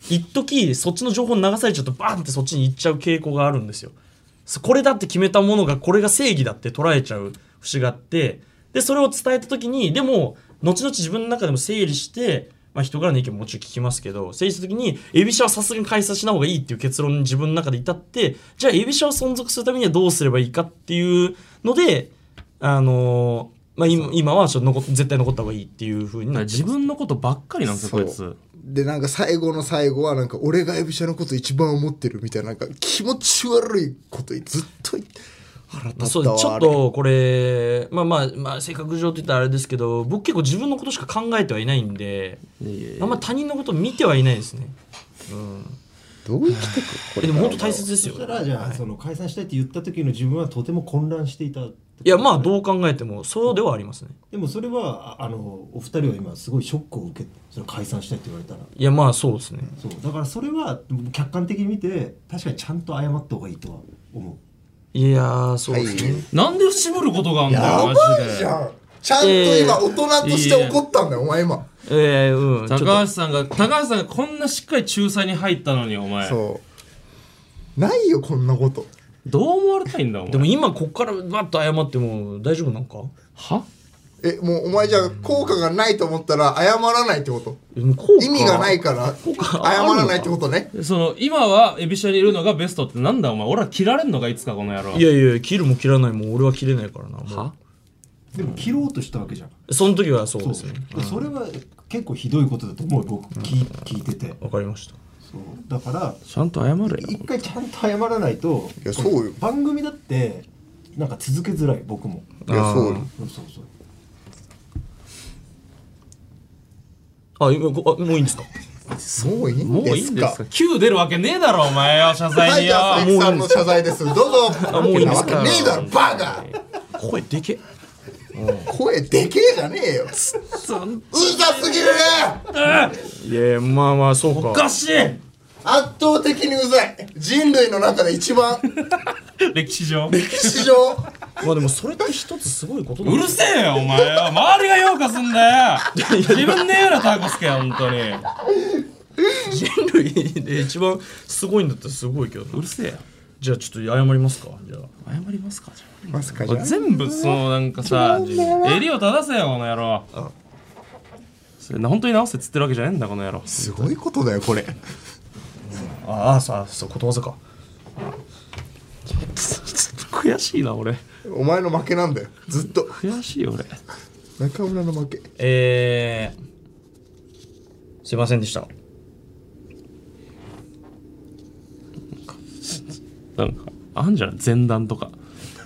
Speaker 6: 一時そっちの情報に流されちゃうとバーンってそっちに行っちゃう傾向があるんですよそこれだって決めたものがこれが正義だって捉えちゃう節があってでそれを伝えた時にでも後々自分の中でも整理してまあ人からの意見ももちろん聞きますけど整理した時にエビシャはさすがに解散しない方がいいっていう結論に自分の中で至ってじゃあエビシャを存続するためにはどうすればいいかっていうのであのまあ、今今はちょっと残っ絶対残った方がいいっていうふうに
Speaker 3: だか
Speaker 6: な
Speaker 3: ら
Speaker 6: って
Speaker 3: 自分のことばっかりなんですよこいつ
Speaker 4: でなんか最後の最後はなんか俺がエビシャのこと一番思ってるみたいななんか気持ち悪いことずっと言って腹立
Speaker 6: まあ
Speaker 4: った
Speaker 6: そう
Speaker 4: わ
Speaker 6: ちょっ
Speaker 4: あれ
Speaker 6: とこれまあまあまあ性格上って言ったらあれですけど僕結構自分のことしか考えてはいないんであんま他人のこと見てはいないですね
Speaker 4: どう生きてくこ
Speaker 6: え
Speaker 4: れ
Speaker 6: でも本当大切です
Speaker 2: そ
Speaker 6: よ
Speaker 2: したらじゃあその解散したいって言った時の自分はとても混乱していた
Speaker 6: いやまあどう考えてもそうではありますね
Speaker 2: でもそれはああのお二人は今すごいショックを受けその解散したいって言われたら
Speaker 6: いやまあそうですね
Speaker 2: そうだからそれは客観的に見て確かにちゃんと謝った方がいいとは思う
Speaker 6: いやーそう
Speaker 4: は
Speaker 6: で
Speaker 4: い
Speaker 6: すね、
Speaker 3: なんで絞ることがあんだ
Speaker 4: や
Speaker 3: よマ
Speaker 4: ば
Speaker 3: ジ
Speaker 4: い
Speaker 3: で
Speaker 4: じゃんちゃんと今大人として怒ったんだよお前今
Speaker 6: えー、うんちょっと
Speaker 3: 高橋さんが高橋さんがこんなしっかり仲裁に入ったのにお前
Speaker 4: そうないよこんなこと
Speaker 3: どう思われたいんだお前
Speaker 6: でも今こっからバッと謝っても大丈夫なんか
Speaker 3: は
Speaker 4: えもうお前じゃあ効果がないと思ったら謝らないってこと
Speaker 6: えもうこうか
Speaker 4: 意味がないから謝
Speaker 6: 果あるの
Speaker 4: らないってことね
Speaker 3: その今はエビシャにいるのがベストってなんだお前俺は切られんのかいつかこの野郎
Speaker 6: いやいや切るも切らないも俺は切れないからなもう
Speaker 3: は
Speaker 2: でも切ろうとしたわけじゃん
Speaker 6: その時はそう
Speaker 2: そ
Speaker 6: で
Speaker 2: う
Speaker 6: すね
Speaker 2: それは結構ひどいことだと思う僕聞い聞いてて
Speaker 6: わかりました
Speaker 2: そうだから
Speaker 6: ちゃんと謝れよ
Speaker 2: 一回ちゃんと謝らないと
Speaker 4: いやそうよ
Speaker 2: 番組だってなんか続けづらい僕も
Speaker 4: いやそうよ
Speaker 2: そうそうそう
Speaker 6: あ今こあもういいんですか
Speaker 4: もういいんですか
Speaker 3: 9出るわけねえだろお前よ謝
Speaker 4: は
Speaker 3: 罪
Speaker 4: い
Speaker 3: に
Speaker 4: じ
Speaker 3: よ
Speaker 4: ゃあ佐伯さんの謝罪ですどう
Speaker 6: も
Speaker 4: ぞ
Speaker 6: ういいんです
Speaker 4: わ
Speaker 6: か
Speaker 4: けねえだろバカ
Speaker 6: 声でけ
Speaker 4: 声でけえじゃねえようざすぎるね
Speaker 6: いやいやまあまあそうか
Speaker 3: おかしい
Speaker 4: 圧倒的にうざい人類の中で一番
Speaker 3: 歴史上
Speaker 4: 歴史上
Speaker 6: まあでもそれって一つすごいこと
Speaker 3: うるせえよお前よ周りが評価すんだよ自分で言うなタコスケ本当に
Speaker 6: 人類で一番すごいんだったらすごいけど
Speaker 3: うるせえよ
Speaker 6: じゃあちょっと謝りますかじゃあ
Speaker 3: 謝りますかじ
Speaker 4: まさか
Speaker 3: ゃあ全部そのなんかさ襟を正せよこの野郎それな本当に直せっつってるわけじゃねえんだこの野郎
Speaker 4: すごいことだよこれ
Speaker 6: ああさあそうことわざか
Speaker 3: 悔しいな俺
Speaker 4: お前の負けなんだよずっと
Speaker 3: 悔しいよ俺
Speaker 4: 中村の負け
Speaker 6: えー、すいませんでした
Speaker 3: なんかあんじゃない前段とか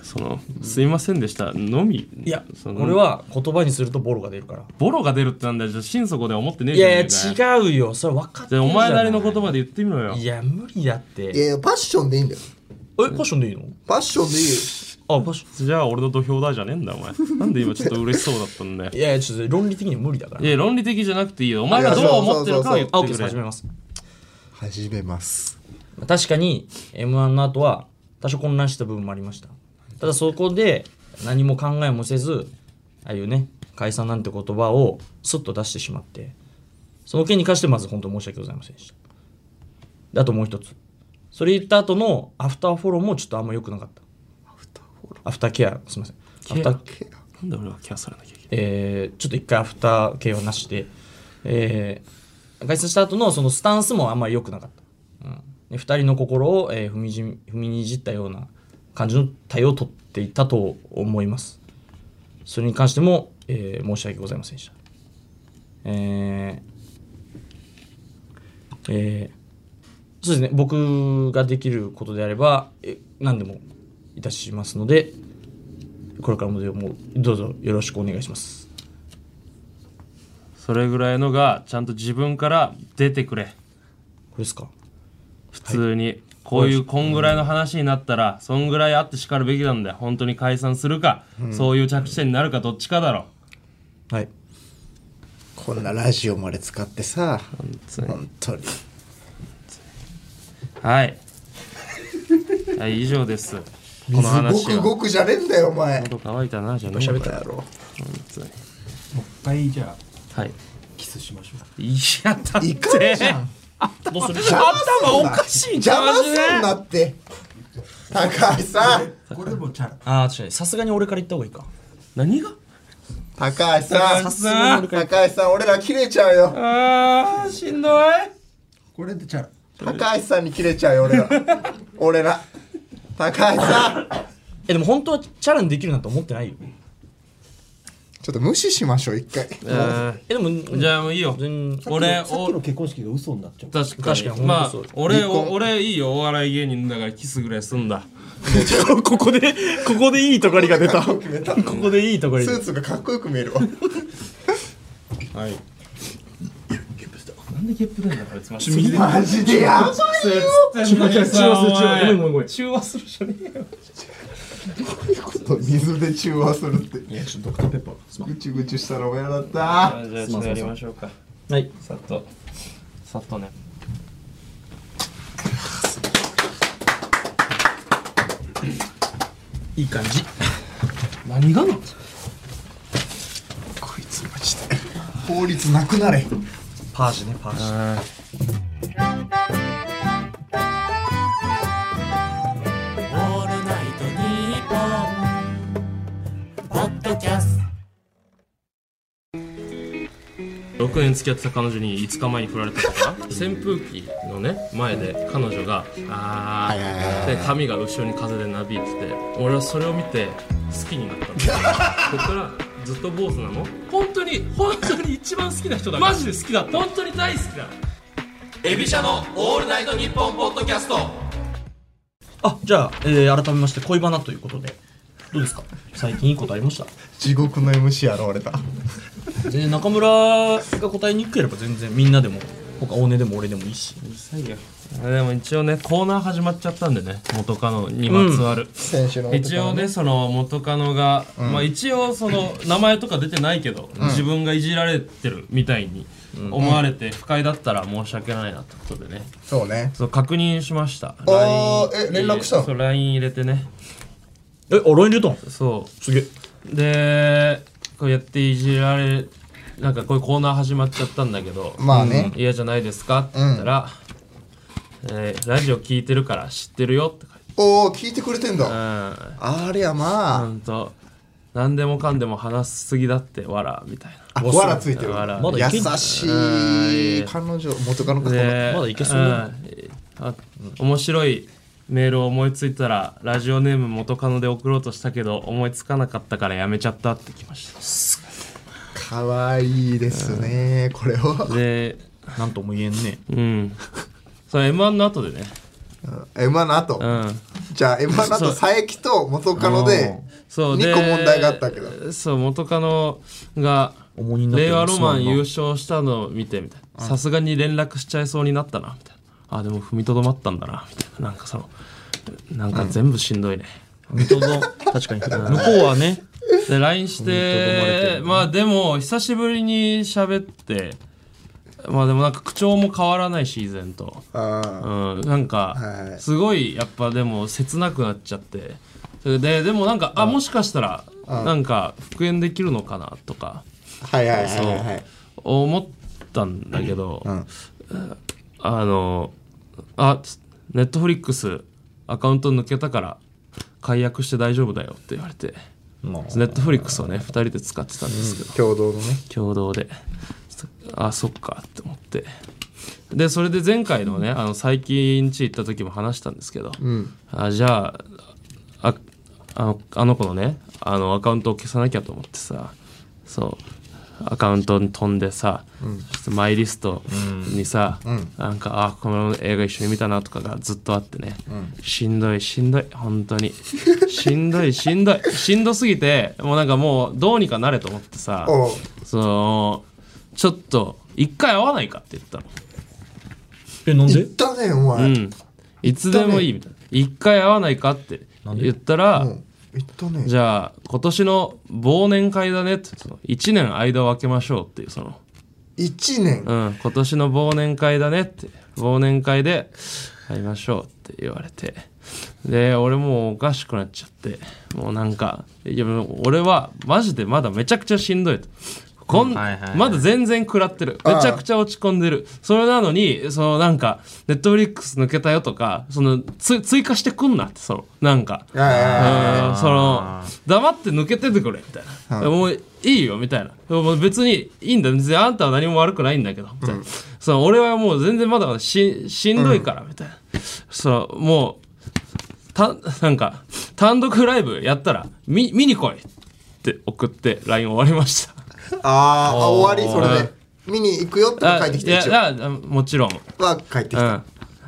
Speaker 3: その「すいませんでした」のみ
Speaker 6: いや
Speaker 3: その
Speaker 6: 俺は言葉にするとボロが出るから
Speaker 3: ボロが出るってなんだよじゃあ心底で思ってねえ
Speaker 6: い
Speaker 3: じゃね
Speaker 6: やい
Speaker 3: えかよ
Speaker 6: や違うよそれ分かって
Speaker 3: じゃあ
Speaker 6: るじゃ
Speaker 3: お
Speaker 6: ん
Speaker 3: 前なりの言葉で言ってみろよ
Speaker 6: いや無理だって
Speaker 4: いやいやパッションでいいんだよ
Speaker 6: えパッションでいいの
Speaker 4: パッションでいいよ
Speaker 6: あパッショ
Speaker 3: じゃあ俺の土俵だじゃねえんだお前なんで今ちょっと嬉しそうだったんだよ
Speaker 6: ンいやいやちょっと論理的に無理だから
Speaker 3: いや論理的じゃなくていいよお前がどう思ってるかは言
Speaker 6: あオッ
Speaker 3: っ
Speaker 6: ケー
Speaker 3: て
Speaker 6: です
Speaker 3: く
Speaker 6: 始め
Speaker 3: れ
Speaker 6: ます
Speaker 4: 始めます
Speaker 6: 確かに m 1の後は多少混乱した部分もありましたただそこで何も考えもせずああいうね解散なんて言葉をスッと出してしまってその件に関してまず本当申し訳ございませんでしたであともう一つそれ言った後のアフターフォローもちょっとあんま良くなかったアフターケアすみませんアフター
Speaker 3: なんで俺はケアされなきゃいけない
Speaker 6: えーちょっと一回アフター系はなしで、えー外出した後のそのスタンスもあんまり良くなかった、うん、で2人の心を、えー踏みじ踏みにじったような感じの対応を取っていたと思いますそれに関しても、えー申し訳ございませんでしたえーえーそうですね僕ができることであればえ何でもいたしますのでこれからもどうもどうぞよろしくお願いします
Speaker 3: それぐらいのがちゃんと自分から出てくれ
Speaker 6: これですか
Speaker 3: 普通に、こういうこんぐらいの話になったら、そんぐらいあってしかるべきなんだよ本当に解散するか、そういう着地点になるかどっちかだろ
Speaker 6: はい
Speaker 4: こんなラジオまで使ってさ本当に
Speaker 3: はい、 [LAUGHS] はい、以上ですこの
Speaker 4: ご
Speaker 3: 話
Speaker 4: く
Speaker 3: は
Speaker 4: ごくじゃねえんだよお前
Speaker 3: 喉乾いたなじゃあ喋った
Speaker 4: やろ
Speaker 2: もう一回じゃあ
Speaker 3: はい
Speaker 2: キスしましょう
Speaker 3: いやだっ
Speaker 4: いかんじ
Speaker 3: て
Speaker 4: ゃん
Speaker 6: どうする
Speaker 4: 頭おか
Speaker 3: しいんだ
Speaker 4: 邪魔すんなって高橋さん
Speaker 2: これもチャラ
Speaker 6: ああ確かにさすがに俺から言った方がいいか
Speaker 3: 何が
Speaker 4: 高橋さ
Speaker 3: さ
Speaker 4: ん
Speaker 3: すがに
Speaker 4: 高橋さん俺ら切れちゃうよ
Speaker 3: あーしんどい
Speaker 2: これでチャラ
Speaker 4: 高橋さんに切れちゃうよ俺ら俺ら高橋さん
Speaker 6: えでも本当はチャラにできるなんて思ってないよ
Speaker 4: ちょっと無視しましょう一回
Speaker 6: えでもうん
Speaker 3: じゃあもういいよ
Speaker 6: 全然
Speaker 3: 俺
Speaker 2: さっき
Speaker 3: お
Speaker 2: の結婚式が嘘になっちゃう
Speaker 3: 確かに
Speaker 6: 確かに
Speaker 3: まあ
Speaker 6: 本当そう
Speaker 3: 俺
Speaker 4: 離婚
Speaker 3: お俺いいよお笑い芸人だからキスぐらいすんだ
Speaker 6: ここでここでいいとがりが出た [LAUGHS] ここでいいとがり
Speaker 4: スーツがかっこよく見えるわ
Speaker 3: はいなんでゲップ出んだこれつまし
Speaker 4: マジでやばい
Speaker 3: 中和する中和するごめんごめんごめん中和するじゃねえよ
Speaker 4: こと水で中和するっていやちょっとドクターペッパーぐちゅぐちゅしたら親だった
Speaker 3: じゃあちょっとやりましょうか
Speaker 6: はい
Speaker 3: さっとさっとね
Speaker 6: いい感じ
Speaker 3: 何がな
Speaker 4: 法律なくなれ
Speaker 6: パージねパージ
Speaker 3: 6年付き合ってた彼女に5日前に振られたとか [LAUGHS] 扇風機のね前で彼女が「あー」で髪が後ろに風でなびいてて俺はそれを見て好きになったのそこからずっと坊主なの本当に本当に一番好きな人だマジで好きだった本当に大好きだ
Speaker 6: エビシャのオールナイトニッポンポッドキャストあじゃあ、えー改めまして恋バナということでどうですか最近いいことありました
Speaker 4: 地獄の MC 現れた
Speaker 6: で中村が答えにくければ全然みんなでも他大根でも俺でもいいし
Speaker 3: でも一応ねコーナー始まっちゃったんでね元カノにまつわる、
Speaker 4: 選手の
Speaker 3: 一応ねその元カノが、まあ一応その名前とか出てないけど、自分がいじられてるみたいに思われて不快だったら申し訳ないなってことでね
Speaker 4: そうね
Speaker 3: そう確認しました
Speaker 4: あ
Speaker 3: LINE
Speaker 4: ーえ連絡したの
Speaker 3: そう LINE 入れてね
Speaker 6: えあ LINE 出たん
Speaker 3: そ
Speaker 6: すげえ
Speaker 3: うでこうやっていじられなんかこういうコーナー始まっちゃったんだけど
Speaker 4: まあね
Speaker 3: 嫌じゃないですかって言ったら、えーラジオ聞いてるから知ってるよ」って書いて
Speaker 4: おお聞いてくれてんだ
Speaker 3: うん
Speaker 4: ありゃ
Speaker 3: ほ
Speaker 4: ま
Speaker 3: んと何でもかんでも話しすぎだってわらみたい
Speaker 4: ああわらついてる
Speaker 3: わら
Speaker 6: まだいけ
Speaker 4: 優
Speaker 6: んじゃん
Speaker 4: しい彼女元カノか
Speaker 3: なで
Speaker 6: まだいけそうだ
Speaker 3: うんあ面白いメールを思いついたらラジオネーム元カノで送ろうとしたけど思いつかなかったからやめちゃったってきまし
Speaker 4: かわいいですねこれ
Speaker 3: た
Speaker 4: は
Speaker 3: で
Speaker 6: なんとも言えんね
Speaker 3: うんそれ M1 の後でね
Speaker 4: M1 の後
Speaker 3: うん
Speaker 4: じゃあ M1 の後
Speaker 3: そう
Speaker 4: 佐伯と元カノで
Speaker 3: そう
Speaker 4: 二
Speaker 3: で
Speaker 4: 個問題があったけど
Speaker 3: そう元カノが
Speaker 6: 重荷になってる
Speaker 3: 令和ロマン優勝したのを見てみたいなさすがに連絡しちゃいそうになったなみたいなあでも踏みとどまったんだなみたいななんかそのなんか全部しんどいね、
Speaker 6: 水戸の確かに向こうはね
Speaker 3: で LINE し
Speaker 6: 踏みとどまれて
Speaker 3: て
Speaker 6: る
Speaker 3: まあでも久しぶりに喋ってまあでもなんか口調も変わらないし以前と
Speaker 4: あ
Speaker 3: うん、なん
Speaker 4: は
Speaker 3: か
Speaker 4: い
Speaker 3: すごいやっぱでも切なくなっちゃってそれででもなんかあもしかしたらなんか復縁できるのかなとか
Speaker 4: ーはいはいはい
Speaker 3: そう
Speaker 4: はいはい
Speaker 3: 思ったんだけど、あのあネットフリックスアカウント抜けたから解約して大丈夫だよって言われて
Speaker 6: まあ
Speaker 3: ネットフリックスをね2人で使ってたんですけど
Speaker 4: 共同のね
Speaker 3: 共同でそあそっかって思ってでそれで前回のねあの最近家行った時も話したんですけど、あじゃあああのあの子のねあのアカウントを消さなきゃと思ってさそうアカウントに飛んでさ、そしてマイリストにさ、なんかあこの映画一緒に見たなとかがずっとあってね、しんどいしんどい本当にしんどいしんどいしんどすぎてもうなんかもうどうにかなれと思ってさ
Speaker 4: おう
Speaker 3: そのちょっと一回会わないかって言ったの
Speaker 6: えなんで
Speaker 4: だねお前、
Speaker 3: うんいつでもいいみたいな一回会わないかって言ったら、
Speaker 4: 言ったね
Speaker 3: じゃあ今年の忘年会だねってその1年間を空けましょうっていうその、
Speaker 4: 1年
Speaker 3: うん、今年の忘年会だねって忘年会で会いましょうって言われてで俺もうおかしくなっちゃってもうなんかいやもう俺はマジでまだめちゃくちゃしんどいと。こん
Speaker 6: はいはいはい
Speaker 3: まだ全然食らってるめちゃくちゃ落ち込んでるそれなのにそのなんかネットフリックス抜けたよとかそのつ追加してくんなってそのなんかうんその黙って抜けててくれみたいな、もういいよみたいなもう別にいいんだ別にあんたは何も悪くないんだけどみたいな、その俺はもう全然まだまだししんどいからみたいな、そのもうたなんか単独ライブやったら見見に来いって送って LINE 終わりました
Speaker 4: あーあ終わりそれで見に行くよって書いてきて
Speaker 3: あい
Speaker 4: 一応
Speaker 3: やあもちろん、う
Speaker 4: は書いてき
Speaker 3: ん、
Speaker 4: た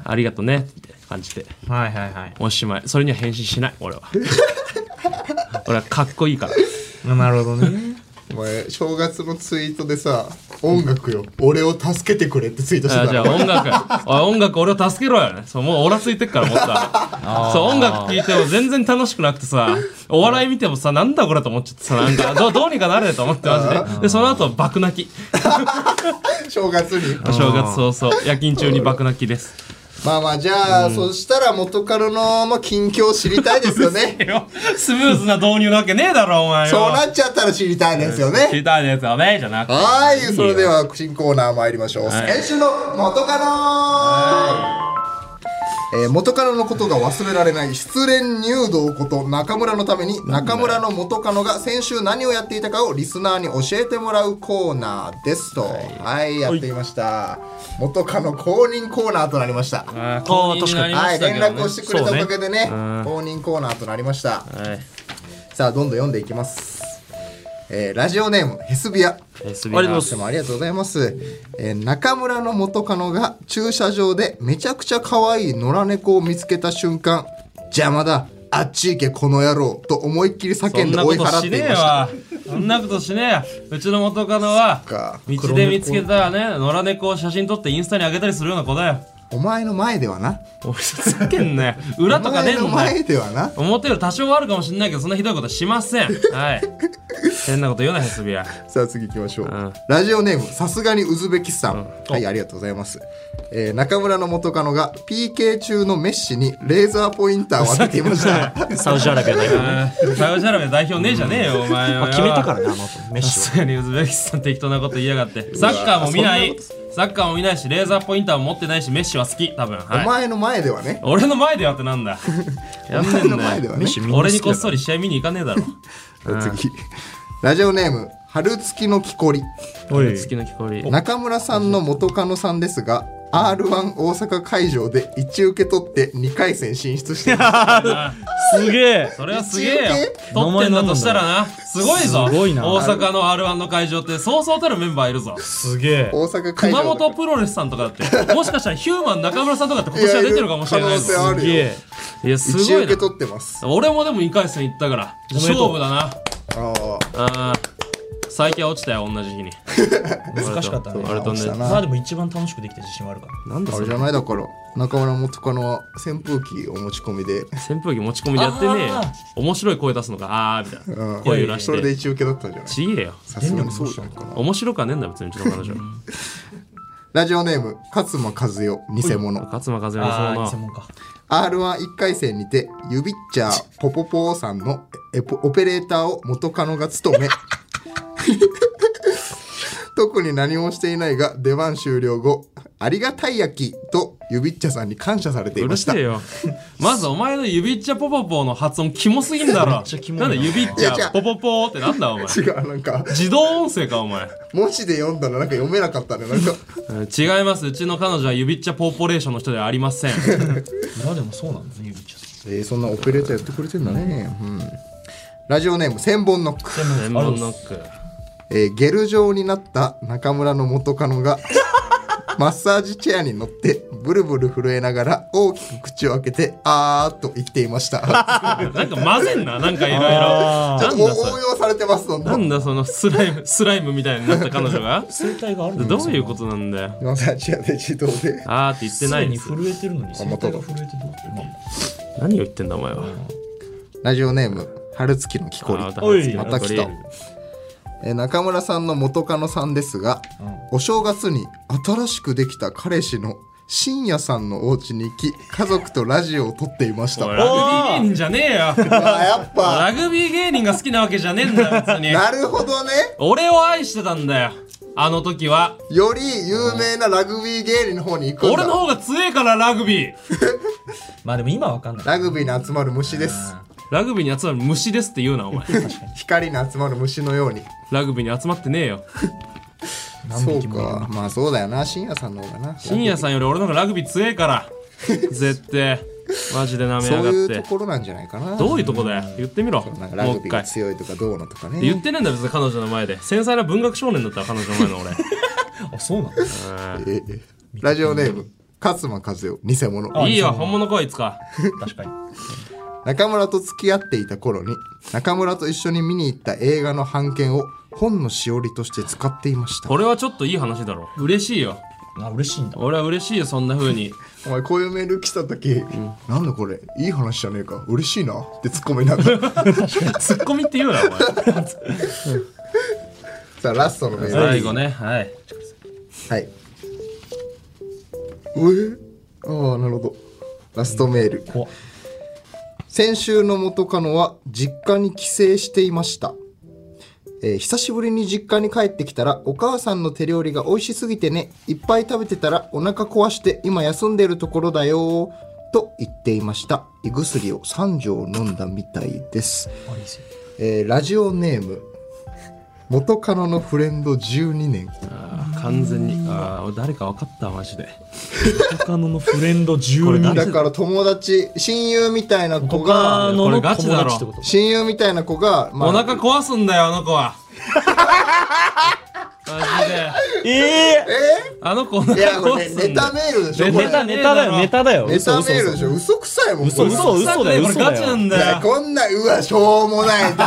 Speaker 3: ありがとねって感じで
Speaker 6: はいはいはい
Speaker 3: おしまいそれには返信しない俺
Speaker 4: [LAUGHS]
Speaker 3: は俺はかっこいいから
Speaker 6: なるほど [LAUGHS] ね
Speaker 4: お前正月のツイートでさ音楽よ俺を助けてくれってツイートして
Speaker 3: あ
Speaker 4: た
Speaker 3: じ
Speaker 4: [LAUGHS]
Speaker 3: ゃあ
Speaker 4: の
Speaker 3: 音楽おい音楽俺を助けろよねそうもうオラついてっからもっとそう音楽聴いても全然楽しくなくてさお笑い見てもさなんだこれと思っちゃってさなんかどどうにかなれと思ってマジででその後爆泣き
Speaker 4: [LAUGHS] 正月に
Speaker 3: お正月早々夜勤中に爆泣きです
Speaker 4: まあまあじゃあ、そしたら元カノの、まあ、近況を知りたいですよ
Speaker 3: [LAUGHS]
Speaker 4: ね
Speaker 3: [LAUGHS] スムーズな導入なわけねえだろ、お前よ。
Speaker 4: そうなっちゃったら知りたいですよ
Speaker 3: 知
Speaker 4: ね
Speaker 3: りたいですよね、じゃなくて。
Speaker 4: はい
Speaker 3: よ
Speaker 4: それで。は新コーナー参りましょう、
Speaker 3: はい
Speaker 4: 先週の元カノえー元カノのことが忘れられない失恋入道こと中村のために中村の元カノが先週何をやっていたかをリスナーに教えてもらうコーナーですとはい、やっていました元カノ公認コーナーとなりました
Speaker 3: あー、公認になりま
Speaker 4: は
Speaker 3: し
Speaker 4: い、
Speaker 3: たけ
Speaker 4: 連
Speaker 3: どね
Speaker 4: 絡をしてくれたおかげでね、公認コーナーとなりました。
Speaker 3: はい。
Speaker 4: さあ、どんどん読んでいきます。えーラジオネーム、ヘスビア。
Speaker 3: えす
Speaker 6: ありがとうございます
Speaker 4: いつもありがとうございます。えー中村の元カノが駐車場でめちゃくちゃ可愛い野良猫を見つけた瞬間、邪魔だ、あっち行け、この野郎と思いっきり
Speaker 3: そ
Speaker 4: 叫ん
Speaker 3: ん
Speaker 4: で
Speaker 3: な
Speaker 4: 追
Speaker 3: こ
Speaker 4: い
Speaker 3: と
Speaker 4: 払っ
Speaker 3: してね
Speaker 4: い
Speaker 3: え
Speaker 4: ました。
Speaker 3: わ。そんなことしねえよ。うちの元カノは
Speaker 4: か、
Speaker 3: 道で見つけたね、野良猫を写真撮ってインスタに上げたりするような子だよ。
Speaker 4: お前の前ではな。
Speaker 3: おいふざけんなよ。裏と
Speaker 4: お
Speaker 3: かね
Speaker 4: 前
Speaker 3: え
Speaker 4: の
Speaker 3: んだよ。
Speaker 4: 前ではな。
Speaker 3: 表より多少はあるかもしれないけど、そんなひどいことはしません。
Speaker 4: [LAUGHS]
Speaker 3: はい。変なこと言うな、ヘスビア。
Speaker 4: さあ次行きましょう、
Speaker 3: ん
Speaker 4: ラジオネームさすがにウズベキスタン、はいありがとうございます、えー中村の元カノが PK 中のメッシにレーザーポインターを当てていました
Speaker 6: サウジアラビア代表
Speaker 3: あーサウジアラビア代表ねえじゃねえよ、お前は。
Speaker 6: 決めたからなあの後メッ
Speaker 3: さ
Speaker 6: シ
Speaker 3: すがにウズベキスタン適当なこと言いやがってサッカーも見ないサッカーも見ないしレーザーポインターも持ってないしメッシは好き多分
Speaker 4: お
Speaker 3: はい
Speaker 4: 前の前ではね
Speaker 3: 俺の前でやってなんだや
Speaker 4: お
Speaker 3: んね
Speaker 4: 前の
Speaker 3: ん
Speaker 4: 前
Speaker 3: だ
Speaker 4: で
Speaker 3: よ
Speaker 4: はね
Speaker 6: みんな好きだから
Speaker 3: 俺にこっそり試合見に行かねえだろ
Speaker 4: さあ次ラジオネーム春月の木こり
Speaker 3: おい月の木こり
Speaker 4: 中村さんの元カノさんですが R1 大阪会場で1受け取って2回戦進出しています
Speaker 6: ュすげえ
Speaker 3: それはすげえよ
Speaker 4: 一
Speaker 6: 応ね
Speaker 3: 取ってんだとしたらなすごいぞ
Speaker 6: すごいな
Speaker 3: 大阪の r 1の会場ってそうそうたるメンバーいるぞ
Speaker 6: すげえ
Speaker 4: 大阪会場
Speaker 3: 熊本プロレスさんとかだってもしかしたらヒューマン中村さんとかって今年は出てるかもしれないぞ
Speaker 4: いやいる可能性ある
Speaker 6: すげえ
Speaker 3: いや
Speaker 4: 1
Speaker 3: すご
Speaker 4: 受
Speaker 3: い
Speaker 4: け
Speaker 3: な
Speaker 4: 取ってます
Speaker 3: 俺もでも2回戦行ったから
Speaker 6: めで
Speaker 3: 勝
Speaker 6: とう
Speaker 3: 負だな
Speaker 4: ああ
Speaker 3: あー最近は落ちたよ同じ日に難
Speaker 6: しかったね
Speaker 3: 俺と
Speaker 4: 落ちた
Speaker 3: ね
Speaker 4: な
Speaker 6: まあでも一番楽しくできた自信はあるから
Speaker 3: なんだ
Speaker 4: あ
Speaker 3: そ
Speaker 4: れじ
Speaker 3: れ
Speaker 4: ゃないだから中村元カノは扇風機お持ち込みで、
Speaker 3: 扇風機持ち込みでやってねえよ
Speaker 6: あー
Speaker 3: 面白い声出すのかあーみたいな、
Speaker 4: うん、
Speaker 3: 声揺らし
Speaker 4: それで
Speaker 3: て
Speaker 4: 一応受け取ったんじゃない
Speaker 3: ちげえよ
Speaker 4: さすがにそうじゃないかな
Speaker 3: 面白かねえんだ別にうちの彼女
Speaker 4: ラジオネーム勝間和代偽物
Speaker 3: 勝間和代
Speaker 6: あ
Speaker 3: の
Speaker 6: あ
Speaker 3: そ
Speaker 6: 専
Speaker 3: の
Speaker 6: 門か
Speaker 4: R11 回戦にてユビッチャーポポポーさんのエポオペレーターを元カノが務め [LAUGHS] 特に何もしていないが出番終了後ありがたい焼きとユビッチャさんに感謝されていうま
Speaker 3: る
Speaker 4: した
Speaker 3: せえよまずお前の指っちゃポポポーの発音キモすぎんだろ
Speaker 6: ちゃキモい
Speaker 3: な
Speaker 6: なん
Speaker 3: だ指っち
Speaker 4: いや違
Speaker 3: ゃ
Speaker 4: う
Speaker 3: ポポポーってなんだお前
Speaker 4: 違うなんか
Speaker 3: 自動音声かお前
Speaker 4: 文字で読んだらなんか読めなかったねなんか
Speaker 3: うん違いますうちの彼女は指っちゃポーポレーションの人ではありません
Speaker 6: まあでもそうなんだねゆびちゃん
Speaker 4: えー、そんなオペレーターやってくれてんだね、うん、ラジオネーム千本ノック、
Speaker 3: 専門ノック
Speaker 4: えーゲル状になった中村の元カ
Speaker 3: [LAUGHS]
Speaker 4: ノがマッサージチェアに乗ってブルブル震えながら大きく口を開けてあーっと言っていました
Speaker 3: なんか混ぜんな、なんかいろいろ。
Speaker 4: ち
Speaker 3: [LAUGHS]
Speaker 4: ょ
Speaker 3: な
Speaker 4: っ
Speaker 3: ん
Speaker 4: と応
Speaker 3: だそれ。
Speaker 4: 用されてますどんど
Speaker 3: なんんだそのスライム、スライムみたいになった彼女が
Speaker 6: 生態があるの
Speaker 3: どういうことなんだよ。
Speaker 4: マッサージチェアで自動で
Speaker 3: あーって言って
Speaker 6: す
Speaker 3: な
Speaker 6: で
Speaker 3: い
Speaker 6: に
Speaker 3: です。
Speaker 6: 震えてるのに生
Speaker 4: また
Speaker 6: 態
Speaker 4: だ
Speaker 6: が震えてどうってね
Speaker 3: 何を言ってんだお前は。
Speaker 4: ラジオネーム春月の木こり
Speaker 3: あー
Speaker 6: おい
Speaker 4: また来たえー中村さんの元カノさんですが、お正月に新しくできた彼氏の深夜さんのお家に行き家族とラジオを撮っていました [LAUGHS]
Speaker 3: おいラグビー芸人じゃねえよ。
Speaker 4: あやっぱ
Speaker 3: ラグビー芸人が好きなわけじゃねえんだよ、別に。
Speaker 4: なるほどね
Speaker 3: 俺を愛してたんだよ。あの時は。
Speaker 4: より有名なラグビー芸人の方に行くんだ
Speaker 3: 俺の方が強えから、ラグビー。
Speaker 6: まあでも今はわかんない
Speaker 4: ラグビーに集まる虫です
Speaker 3: ラグビーに集まる虫ですって言うな、お
Speaker 4: [LAUGHS]
Speaker 3: 前。
Speaker 4: 光に集まる虫のように
Speaker 3: ラグビーに集まってねえよ。
Speaker 4: そうかまあそうだよな深夜さんの方がな
Speaker 3: 深夜さんより俺の方がラグビー強えから。絶対。マジで舐め
Speaker 4: そ
Speaker 3: や
Speaker 4: う
Speaker 3: が
Speaker 4: い
Speaker 3: っ
Speaker 4: うと
Speaker 3: て。
Speaker 4: ころなんじゃないかな
Speaker 3: どういうとこだよ。言ってみろ。もう
Speaker 4: なんかラグ
Speaker 3: 一
Speaker 4: ビー
Speaker 3: 回
Speaker 4: が。強いとかどうのとかね
Speaker 3: 言ってねえんだ別に彼女の前で繊細な文学少年だったわ彼女の前の俺
Speaker 6: あそうなんだ
Speaker 4: ええラジオネーム勝間和代偽物
Speaker 3: いいよ本物来いいつか
Speaker 6: 確かに
Speaker 4: 中村と付き合っていた頃に中村と一緒に見に行った映画の版権を本のしおりとして使っていました
Speaker 3: これはちょっといい話だろ嬉しいよ
Speaker 6: あ嬉しいんだ
Speaker 3: 俺は嬉しいよそんな風に
Speaker 4: お前こういうメール来た時、なんだこれいい話じゃねえか嬉しいなって突っ込みながら
Speaker 3: [LAUGHS] ツッコミって言うなお前 [LAUGHS]
Speaker 4: さあラストのメール
Speaker 3: 最後ねはい
Speaker 4: はい。うえああなるほどラストメール、先週の元カノは実家に帰省していました、えー久しぶりに実家に帰ってきたらお母さんの手料理が美味しすぎてねいっぱい食べてたらお腹壊して今休んでるところだよと言っていました胃薬を3錠飲んだみたいです、えーラジオネーム元カノのフレンド12年
Speaker 3: あー完全にあー誰か分かったマジで
Speaker 6: 他ののフレンド12人
Speaker 4: だから友達親友みたいな子が
Speaker 6: 他の
Speaker 3: これ
Speaker 6: の友
Speaker 3: ガチだろ
Speaker 6: 達ってこと
Speaker 4: 親友みたいな子が、まあ
Speaker 3: お腹壊すんだよあの子 [LAUGHS] はマジで
Speaker 6: え
Speaker 4: え
Speaker 3: あの子お
Speaker 4: ー、いや
Speaker 3: 腹
Speaker 4: こ
Speaker 3: 壊
Speaker 4: れ
Speaker 3: すんだよ
Speaker 4: ネタメールでしょ
Speaker 6: え
Speaker 4: これ
Speaker 6: ネタネタだよネタだよ
Speaker 4: ネタメール
Speaker 6: 嘘
Speaker 4: でしょ嘘くさいもん
Speaker 6: 嘘
Speaker 4: これ
Speaker 6: 嘘嘘嘘だよ
Speaker 3: これ
Speaker 6: 嘘だよ
Speaker 3: ガチなん
Speaker 4: い
Speaker 3: だ
Speaker 4: や
Speaker 3: よ
Speaker 4: こんなうわしょうもない誰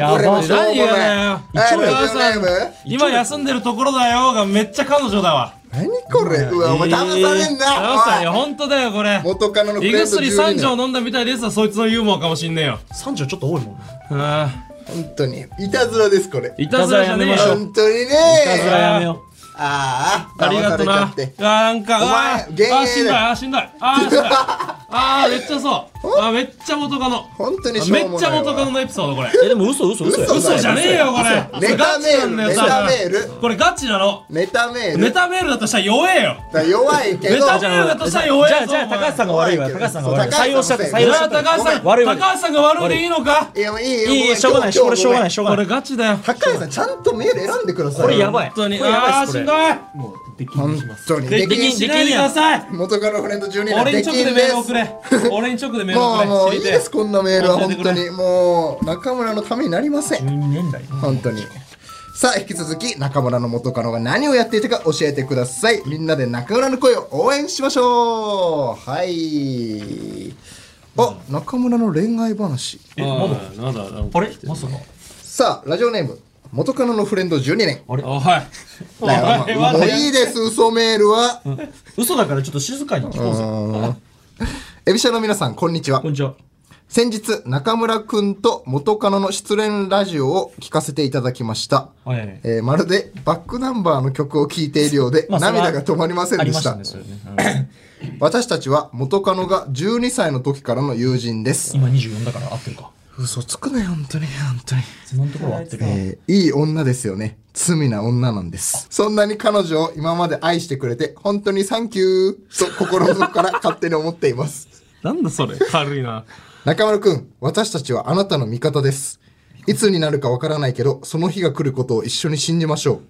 Speaker 4: だよこれもしょうもない
Speaker 3: 何がだよ
Speaker 4: はい
Speaker 3: 一応
Speaker 4: ラジオネーム
Speaker 3: 今休んでるところだよがめっちゃ彼女だわ
Speaker 4: 何これうわお前騙されんな、
Speaker 3: 直したよ
Speaker 4: おい
Speaker 3: 本当だよこれ
Speaker 4: 元カノのフレ
Speaker 3: 胃
Speaker 4: ンド
Speaker 3: 薬
Speaker 4: 12
Speaker 3: 3錠
Speaker 4: 年
Speaker 3: 飲んだみたいですわそいつのユーモアかもしんねえよ
Speaker 6: 三十ちょっと多いもんね
Speaker 3: あ
Speaker 4: 本当にいたずらですこれ
Speaker 3: ーいたずらじゃねえよ
Speaker 4: 本当にね
Speaker 6: いたずらやめよう
Speaker 4: ああ
Speaker 3: ありがとうな
Speaker 4: 騙されちゃって
Speaker 3: なんか
Speaker 4: お前
Speaker 3: あー
Speaker 4: 幻影だよ
Speaker 3: あーしんどいあーしんどいあーしんどい
Speaker 4: [LAUGHS]
Speaker 3: あーめっちゃそうあーめっちゃ元カノ
Speaker 4: 本当にしょ
Speaker 3: め
Speaker 4: う
Speaker 3: っ
Speaker 4: も
Speaker 3: ち
Speaker 4: な
Speaker 3: ゃ
Speaker 4: いわ
Speaker 3: 元カノのエピソードこれ
Speaker 6: えでも嘘嘘嘘や
Speaker 4: 嘘だ
Speaker 3: 嘘
Speaker 4: よ
Speaker 3: じゃねえよこれ
Speaker 4: ネタメール
Speaker 3: それガチなんだよ
Speaker 4: ネタメール
Speaker 3: これガチなの
Speaker 4: ネタメール
Speaker 3: ネタメールだとしたら弱えよ
Speaker 4: だから弱いけ
Speaker 3: ネ
Speaker 4: ど
Speaker 3: タメールだとしたら
Speaker 6: じ
Speaker 3: 弱え
Speaker 6: ゃ
Speaker 3: ぞ
Speaker 6: あじゃあ高橋さんが悪いわ高橋さんが悪いわ
Speaker 4: そう
Speaker 6: 採用しちゃった
Speaker 4: 高
Speaker 6: 採
Speaker 4: 橋
Speaker 3: じ
Speaker 6: 用
Speaker 3: ゃ
Speaker 6: しちゃ
Speaker 3: あ
Speaker 6: った
Speaker 3: 高橋さん
Speaker 6: ごめん悪い悪い
Speaker 3: 高橋さんが悪いでいいのか
Speaker 4: いやもういいよ
Speaker 6: いいいいしょうがないしょうがないしょうがないしょうが
Speaker 3: こ
Speaker 6: な
Speaker 3: れ
Speaker 6: い
Speaker 3: ガチだよ
Speaker 4: 高橋さんちゃんとメール選んでください
Speaker 6: これやばい
Speaker 3: 本当に
Speaker 6: これやば
Speaker 3: あー
Speaker 6: いっ
Speaker 3: し
Speaker 6: す
Speaker 3: ん
Speaker 6: こ
Speaker 3: ど
Speaker 6: れ
Speaker 2: もうでき
Speaker 4: 本
Speaker 2: にします
Speaker 4: 当に
Speaker 3: いで
Speaker 4: 出
Speaker 3: き
Speaker 4: 禁
Speaker 3: んしないでください
Speaker 4: 元カノフレンド12年
Speaker 3: 俺に
Speaker 4: 出
Speaker 3: 直
Speaker 4: 禁
Speaker 3: でメール送れ俺に直でメール
Speaker 4: も
Speaker 3: 送
Speaker 4: う
Speaker 3: れ
Speaker 4: もう
Speaker 3: 知り
Speaker 4: いい
Speaker 3: てえ
Speaker 4: ですこんなメールは
Speaker 3: 教え
Speaker 4: 本
Speaker 3: てく
Speaker 4: 当
Speaker 3: れ
Speaker 4: にもう中村のためになりません
Speaker 6: 12年代
Speaker 4: 本当にさあ引き続き中村の元カノが何をやっていたか教えてくださいみんなで中村の声を応援しましょうはいあ中村の恋愛話
Speaker 3: えまだまだなんか
Speaker 6: あれまさか
Speaker 4: さあラジオネーム元カノのフレンド12年
Speaker 3: あれおはいお
Speaker 4: だよ
Speaker 3: 前
Speaker 4: もういいです嘘メールは
Speaker 6: 嘘だからちょっと静かに聞こうぜ
Speaker 4: エビシャの皆さんこんにちは
Speaker 6: こんにちは
Speaker 4: 先日中村くんと元カノの失恋ラジオを聞かせていただきました、
Speaker 6: はい
Speaker 4: えーまるでバックナンバーの曲を聴いているようで、
Speaker 6: まあそれは
Speaker 4: 涙が止まりません
Speaker 6: あり
Speaker 4: で
Speaker 6: ま
Speaker 4: し
Speaker 6: した
Speaker 4: た
Speaker 6: ねそれね
Speaker 4: 私たちは元カノが12歳の時からの友人です
Speaker 6: 今24だから合ってるか
Speaker 4: 嘘つくなよ本当に本当に
Speaker 6: 今のところは合ってる
Speaker 4: えーいい女ですよね。罪な女なんです。そんなに彼女を今まで愛してくれて、本当にサンキューと心の底から勝手に思っています。
Speaker 3: なんだそれ軽いな
Speaker 4: 中丸くん、私たちはあなたの味方です。いつになるかわからないけど、その日が来ることを一緒に信じましょう。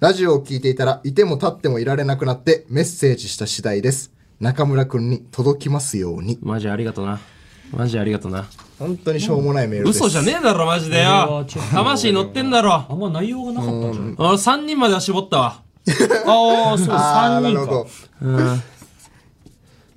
Speaker 4: ラジオを聞いていたら、いても立ってもいられなくなって、メッセージした次第です。中村くんに届きますように。
Speaker 3: マジありがとなマジありがとな
Speaker 4: 本当にしょうもないメールです。
Speaker 3: 嘘じゃねえだろマジでよ魂乗ってんだろ
Speaker 6: あんま内容がなかったんじゃない
Speaker 3: 俺3人までは絞ったわ
Speaker 6: ああそう
Speaker 4: ああ、
Speaker 6: 3
Speaker 4: なる
Speaker 6: 人
Speaker 4: ほ
Speaker 6: か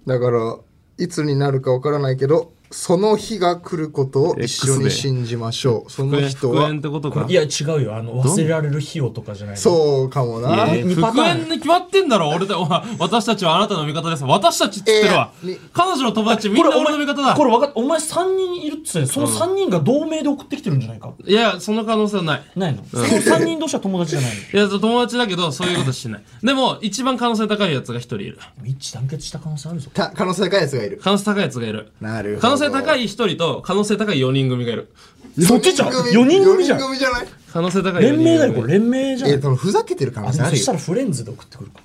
Speaker 4: ど。だから、いつになるかわからないけど、その日が来ることを一緒
Speaker 3: X
Speaker 4: に
Speaker 3: で
Speaker 4: 信じましょう。その人
Speaker 3: 復
Speaker 4: は、
Speaker 3: 縁ってことか
Speaker 6: いや違うよあの忘れられる費用とかじゃないの
Speaker 4: そうかもな。
Speaker 3: え
Speaker 6: 二パ
Speaker 3: 復
Speaker 6: ターン
Speaker 3: 縁に決まってんだろ俺だお前私たちはあなたの味方です私たちって言ってるわ
Speaker 4: えーに
Speaker 3: 彼女の友達みんな俺の味方だ
Speaker 6: これ分かっお前3人いるっつってその3人が同盟で送ってきてるんじゃないか
Speaker 3: いやその可能性はない
Speaker 6: ないのその3人同士は友達じゃないの
Speaker 3: いや友達だけどそういうことしてないでも一番可能性高いやつが一人いる
Speaker 6: 一致団結した可能性あるぞ
Speaker 4: た可能性高いやつがいる。
Speaker 3: 可能性高いやつがいる
Speaker 4: なるほど。
Speaker 3: 可能性高
Speaker 4: い。
Speaker 3: い一人と可能性高い4人組がいる
Speaker 6: そっちじゃん4人組じゃん
Speaker 4: 4人組じゃない
Speaker 3: 可能性高い4人組
Speaker 6: 連盟だよこれ連盟じゃ
Speaker 4: え
Speaker 6: ん
Speaker 4: ー、そのふざけてる可能
Speaker 6: あで
Speaker 4: 性
Speaker 6: もそ
Speaker 4: ある
Speaker 6: した
Speaker 4: よ。
Speaker 6: らフレンズで送ってくるか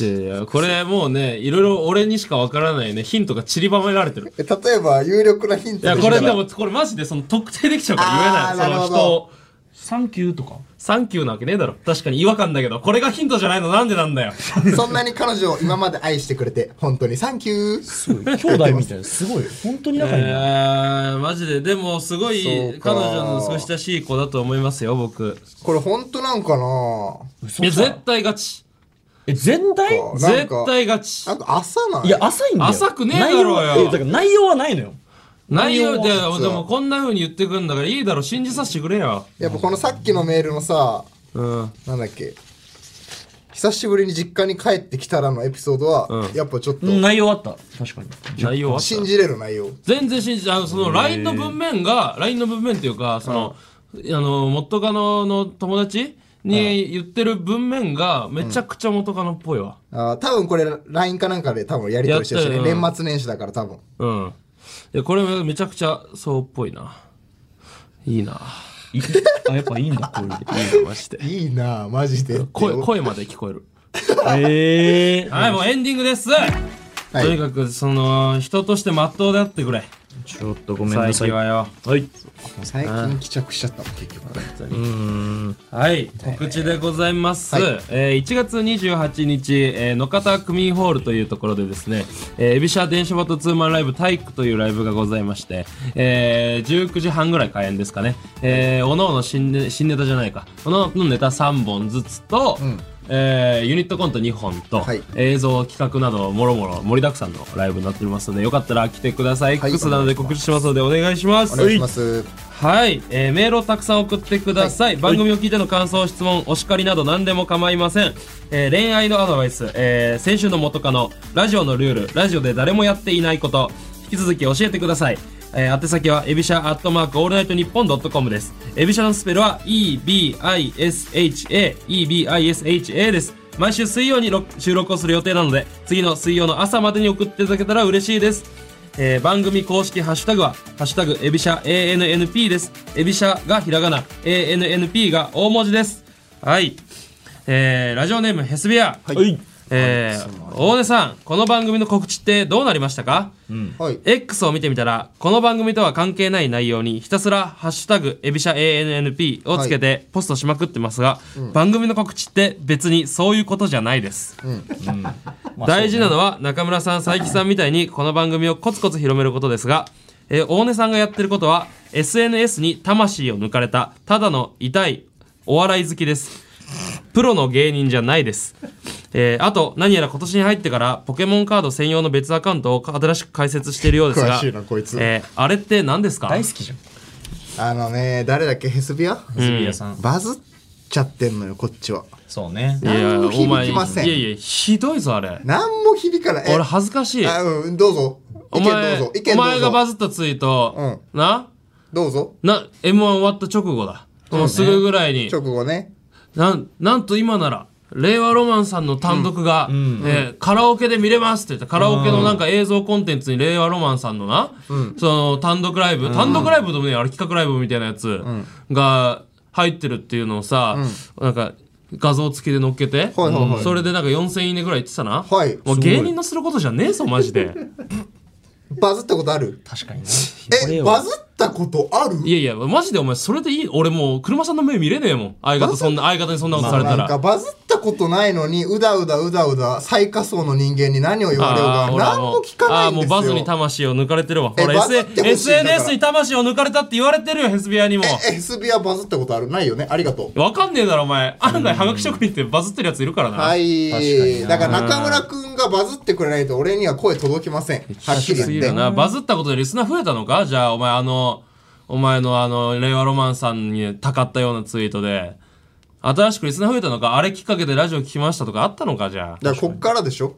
Speaker 3: いやこれもうねいろいろ俺にしかわからないねヒントが散りばめられてる
Speaker 4: え例えば、有力なヒン
Speaker 3: い
Speaker 4: ト
Speaker 3: や
Speaker 4: で
Speaker 3: これ
Speaker 4: した
Speaker 3: で
Speaker 4: ら
Speaker 3: もこれマジでその特定できちゃうから言えない
Speaker 4: あー
Speaker 3: その
Speaker 4: なる
Speaker 3: 人
Speaker 4: ほ
Speaker 3: を
Speaker 6: サンキューとか
Speaker 3: サンキューなわけねえだろ確かに違和感だけどこれがヒントじゃないのなんでなんだよ
Speaker 4: そんなに彼女を今まで愛してくれて、本当にサンキュー。
Speaker 6: すごい兄弟みたいなすごい本当に
Speaker 3: え
Speaker 6: 仲いいな
Speaker 3: ー、マジででもすご
Speaker 4: そ
Speaker 3: いう
Speaker 4: か
Speaker 3: 彼女のすごい親しい子だと思いますよ僕
Speaker 4: これ本当なんかな
Speaker 3: え
Speaker 6: 嘘じゃ
Speaker 3: 絶
Speaker 6: ん
Speaker 3: 対ガチ
Speaker 6: え全体
Speaker 4: なん
Speaker 3: 絶
Speaker 4: か
Speaker 3: 対ガチ
Speaker 4: なんか朝ない
Speaker 6: いや浅いんだよ
Speaker 3: 浅くねえだろうよ
Speaker 6: 内容はえだから内容はないのよ
Speaker 3: 内容で
Speaker 4: は
Speaker 3: でもこんな風に言ってくんだからいいだろ信じさせてくれよ
Speaker 4: やっぱこのさっきのメールのさ、
Speaker 3: うん
Speaker 4: なんだっけ久しぶりに実家に帰ってきたらのエピソードは、
Speaker 3: うん
Speaker 4: やっぱちょっと
Speaker 6: うん内容あった確かに
Speaker 3: 内容あった
Speaker 4: 信じれる内容
Speaker 3: 全然信じあのその LINE の文面が LINE の文面っていうかその、あの元カノの友達に言ってる文面がめちゃくちゃ元カノっぽいわ。
Speaker 4: あー多分これ LINE かなんかで多分やり取りしてるしね、
Speaker 3: やったよ
Speaker 4: 年末年始だから多分
Speaker 3: うん。で、これめちゃくちゃそうっぽいな。いいな。
Speaker 6: いあやっぱいいんだこれ
Speaker 3: いいな、マジで。
Speaker 4: いいなあマジで
Speaker 3: 声、声まで聞こえる。
Speaker 6: ええ
Speaker 3: はい、もうエンディングです、
Speaker 4: い
Speaker 3: とにかく、その、人としてまっとうであってくれ。
Speaker 6: ちょっとごめんな
Speaker 3: 最
Speaker 6: さい
Speaker 3: 近はよ。
Speaker 6: はい
Speaker 4: 最近帰着しちゃったもん結局
Speaker 3: はい、告知でございます。
Speaker 4: はい
Speaker 3: えー1月28日、えー野方区民ホールというところでですね、えー、エビシャ電車バトツーマンライブ体育というライブがございまして、えー19時半ぐらい開演ですかね、えー、おのおの新ネ新ネタじゃないか、おのおのネタ3本ずつと、えーユニットコント2本と、
Speaker 4: はい
Speaker 3: 映像企画などもろもろ盛りだくさんのライブになっておりますのでよかったら来てください、
Speaker 4: はい
Speaker 3: X などで告知しますのでお願いします
Speaker 4: お願いします
Speaker 3: はい、えーメールをたくさん送ってください、番組を聞いての感想質問お叱りなど何でも構いません、えー恋愛のアドバイス、えー先週の元カノラジオのルールラジオで誰もやっていないこと引き続き教えてくださいえー宛先は、エビシャアットマークオールナイトニッポンドットコムです。エビシャのスペルは、EBISHA、EBISHA です。毎週水曜に録収録をする予定なので、次の水曜の朝までに送っていただけたら嬉しいです。えー番組公式ハッシュタグは、ハッシュタグ、エビシャ ANNP です。エビシャがひらがな、ANNP が大文字です。はい。えー、ラジオネームヘスビア。
Speaker 6: はい
Speaker 3: えー、大根さん、この番組の告知ってどうなりましたか、
Speaker 4: はい
Speaker 3: X を見てみたら、この番組とは関係ない内容に、ひたすら、ハッシュタグ、エビシャ ANNP をつけてポストしまくってますが、番組の告知って別にそういうことじゃないです。大事なのは中村さん佐伯さんみたいにこの番組をコツコツ広めることですが、えー大根さんがやってることは SNS に魂を抜かれたただの痛いお笑い好きですプロの芸人じゃないです、えーあと何やら今年に入ってからポケモンカード専用の別アカウントを新しく開設しているようですが
Speaker 4: 詳しいなこいつ
Speaker 3: えーあれって何ですか
Speaker 6: 大好きじゃん
Speaker 4: あのね誰だっけヘスビア
Speaker 6: ズビアさん
Speaker 4: バズっちゃってんのよこっちは
Speaker 6: そうね
Speaker 3: いや
Speaker 4: 何も
Speaker 3: お前
Speaker 4: 響
Speaker 3: い
Speaker 4: きませ
Speaker 3: や
Speaker 4: ん
Speaker 3: いやひどいぞあれ
Speaker 4: 何も響かないえ
Speaker 3: 俺恥ずかしい
Speaker 4: あうんどうぞ
Speaker 3: お
Speaker 4: 意見どう
Speaker 3: 前
Speaker 4: ぞ意見
Speaker 3: お前
Speaker 4: ど
Speaker 3: がバ
Speaker 4: うぞ
Speaker 3: ズったツイート、な
Speaker 4: どうぞ
Speaker 3: な、M1 終わった直後だ。もうすぐぐらいに、
Speaker 4: 直後ね
Speaker 3: なん、なんと今なら、令和ロマンさんの単独が、えーカラオケで見れますって言って、カラオケのなんか映像コンテンツに令和ロマンさんのな、その単独ライブ、単独ライブでもね、あれ企画ライブみたいなやつが入ってるっていうのをさ、なんか、画像付きで載っけて、
Speaker 4: はいはいはい
Speaker 3: それでなんか4000いいねぐらい言ってたな。
Speaker 4: はい
Speaker 3: もう芸人のすることじゃねえぞ、マジ
Speaker 4: [LAUGHS]
Speaker 3: で。
Speaker 4: バズったことある
Speaker 6: 確かにね
Speaker 4: えバズったことある
Speaker 3: いやいや、マジでお前、それでいい俺もう、車さんの目見れねえもん。相方、そんな、相方にそんなことされた。
Speaker 4: なんからバズったことないのにうだうだうだうだ最下層の人間に何を言われよう
Speaker 3: あー
Speaker 4: が
Speaker 3: 俺は
Speaker 4: 何も聞かな
Speaker 3: あ
Speaker 4: い
Speaker 3: ー
Speaker 4: ん
Speaker 3: も
Speaker 4: で
Speaker 3: う
Speaker 4: す
Speaker 3: バズ
Speaker 4: よ
Speaker 3: に魂を抜かれてるわ。ほ
Speaker 4: え
Speaker 3: ら、
Speaker 4: バズ
Speaker 3: S
Speaker 4: ってほしい
Speaker 3: SNS に魂を抜かれたって言われてるよ、ヘスビアにも。
Speaker 4: え SB はバズったことあるないよねありがとう
Speaker 3: わかんねえだろ、お前。案外、ハガキ職人ってバズってるやついるからな。
Speaker 4: はいだから中村くんがバズってくれないと俺には声届きませんはっき
Speaker 3: す
Speaker 4: り言
Speaker 3: ぎ
Speaker 4: って
Speaker 3: るな。バズったことでリスナー増えたのかじゃあ、お前、あの、お前のあの、令和ロマンさんにたかったようなツイートで、新しくリスナー増えたのかあれきっかけでラジオ聞きましたとかあったのかじゃあ。
Speaker 4: だからこっからでしょ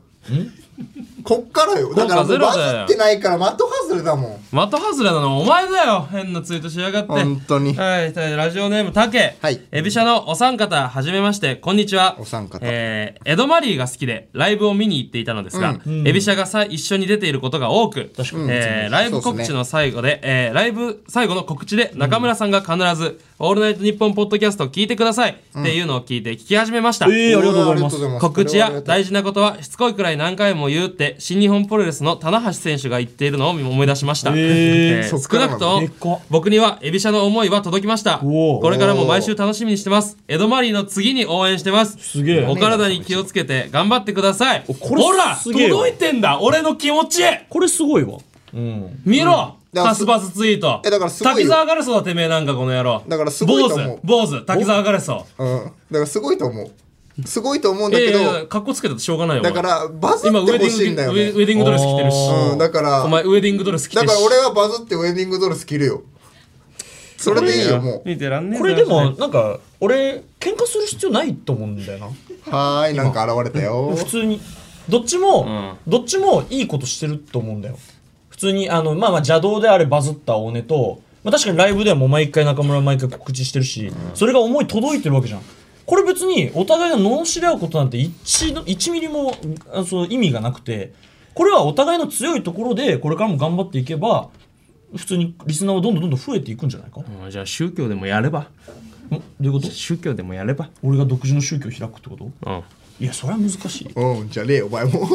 Speaker 4: こっからよだから
Speaker 3: 効果ゼロ
Speaker 4: バズ
Speaker 3: だよ
Speaker 4: ってないから的外れだもん
Speaker 3: 的外れなのお前だよ変なツイートしやがって
Speaker 4: 本当に
Speaker 3: はいラジオネームたけ
Speaker 4: はい
Speaker 3: エビシャのお三方はじめましてこんにちは
Speaker 4: お三方
Speaker 3: えーエドマリーが好きでライブを見に行っていたのですが、エビシャがさ一緒に出ていることが多くえーライブ告知の最後でえーライブ最後の告知で中村さんが必ず「オールナイトニッポン」ポッドキャストを聞いてくださいっていうのを聞いて聞き始めました、
Speaker 6: えーありがとうございます
Speaker 4: ざいま
Speaker 3: 告知や
Speaker 4: 大
Speaker 3: 大事なことはしつこいくらい何回も言うって新日本プロレスの棚橋選手が言っているのを思い出しました、えー
Speaker 4: そっ
Speaker 3: 少
Speaker 4: から
Speaker 3: なく
Speaker 4: なんだ
Speaker 3: と
Speaker 6: でっか
Speaker 3: も僕にはエビシャの思いは届きましたこ
Speaker 6: おー
Speaker 3: れからも毎週楽しみにしてますエドマリーの次に応援してますす
Speaker 6: げえ
Speaker 3: お体に気をつけて頑張ってください
Speaker 6: これ
Speaker 3: ほら
Speaker 6: すげえわ
Speaker 3: 届いてんだ俺の気持ち
Speaker 6: これすごいわ
Speaker 3: 見ろ、
Speaker 4: だか
Speaker 3: カ
Speaker 4: ら
Speaker 3: スバスツイート
Speaker 4: えだからすごいよ
Speaker 3: 滝沢ガレソだてめえなんかこの野郎
Speaker 4: だからすごいと思う
Speaker 3: 坊主坊主滝沢ガレソ
Speaker 4: うんだからすごいと思うすごいと思うんだ
Speaker 3: いやい
Speaker 4: け
Speaker 3: やいや
Speaker 4: ど
Speaker 3: かっこつけたとしょうがないよお
Speaker 4: だ
Speaker 3: 前
Speaker 4: からバズって
Speaker 3: 今ウェデ
Speaker 4: ほ
Speaker 3: ィング
Speaker 4: しいんだよ
Speaker 3: ウェウェ
Speaker 4: ね
Speaker 3: ディングドレス着てるし
Speaker 4: うんだから
Speaker 3: お前ウェディングドレス着て
Speaker 4: だ
Speaker 3: るし
Speaker 4: から俺はバズってウェディングドレス着るよそれでいいよもう
Speaker 3: 見てらんねえ
Speaker 6: これでもなんか俺喧嘩する必要ないと思うんだよな
Speaker 4: はーいなんか現れたよ
Speaker 6: 普通にどっちも、どっちもいいことしてると思うんだよ普通にあのまあまあ邪道であれバズった大根と、まあ、確かにライブではもう毎回中村毎回告知してるし、それが思い届いてるわけじゃんこれ別にお互いが罵り合うことなんて 1, の1ミリもあその意味がなくてこれはお互いの強いところでこれからも頑張っていけば普通にリスナーはどんどんどんどん増えていくんじゃないか、ん
Speaker 3: うんじゃあ宗教でもやれば
Speaker 6: どういうこと
Speaker 3: 宗教でもやれば
Speaker 6: 俺が独自の宗教を開くってこと
Speaker 3: うん
Speaker 6: いやそれは難しい
Speaker 4: うん、じゃねえよ、お前も。 [LAUGHS]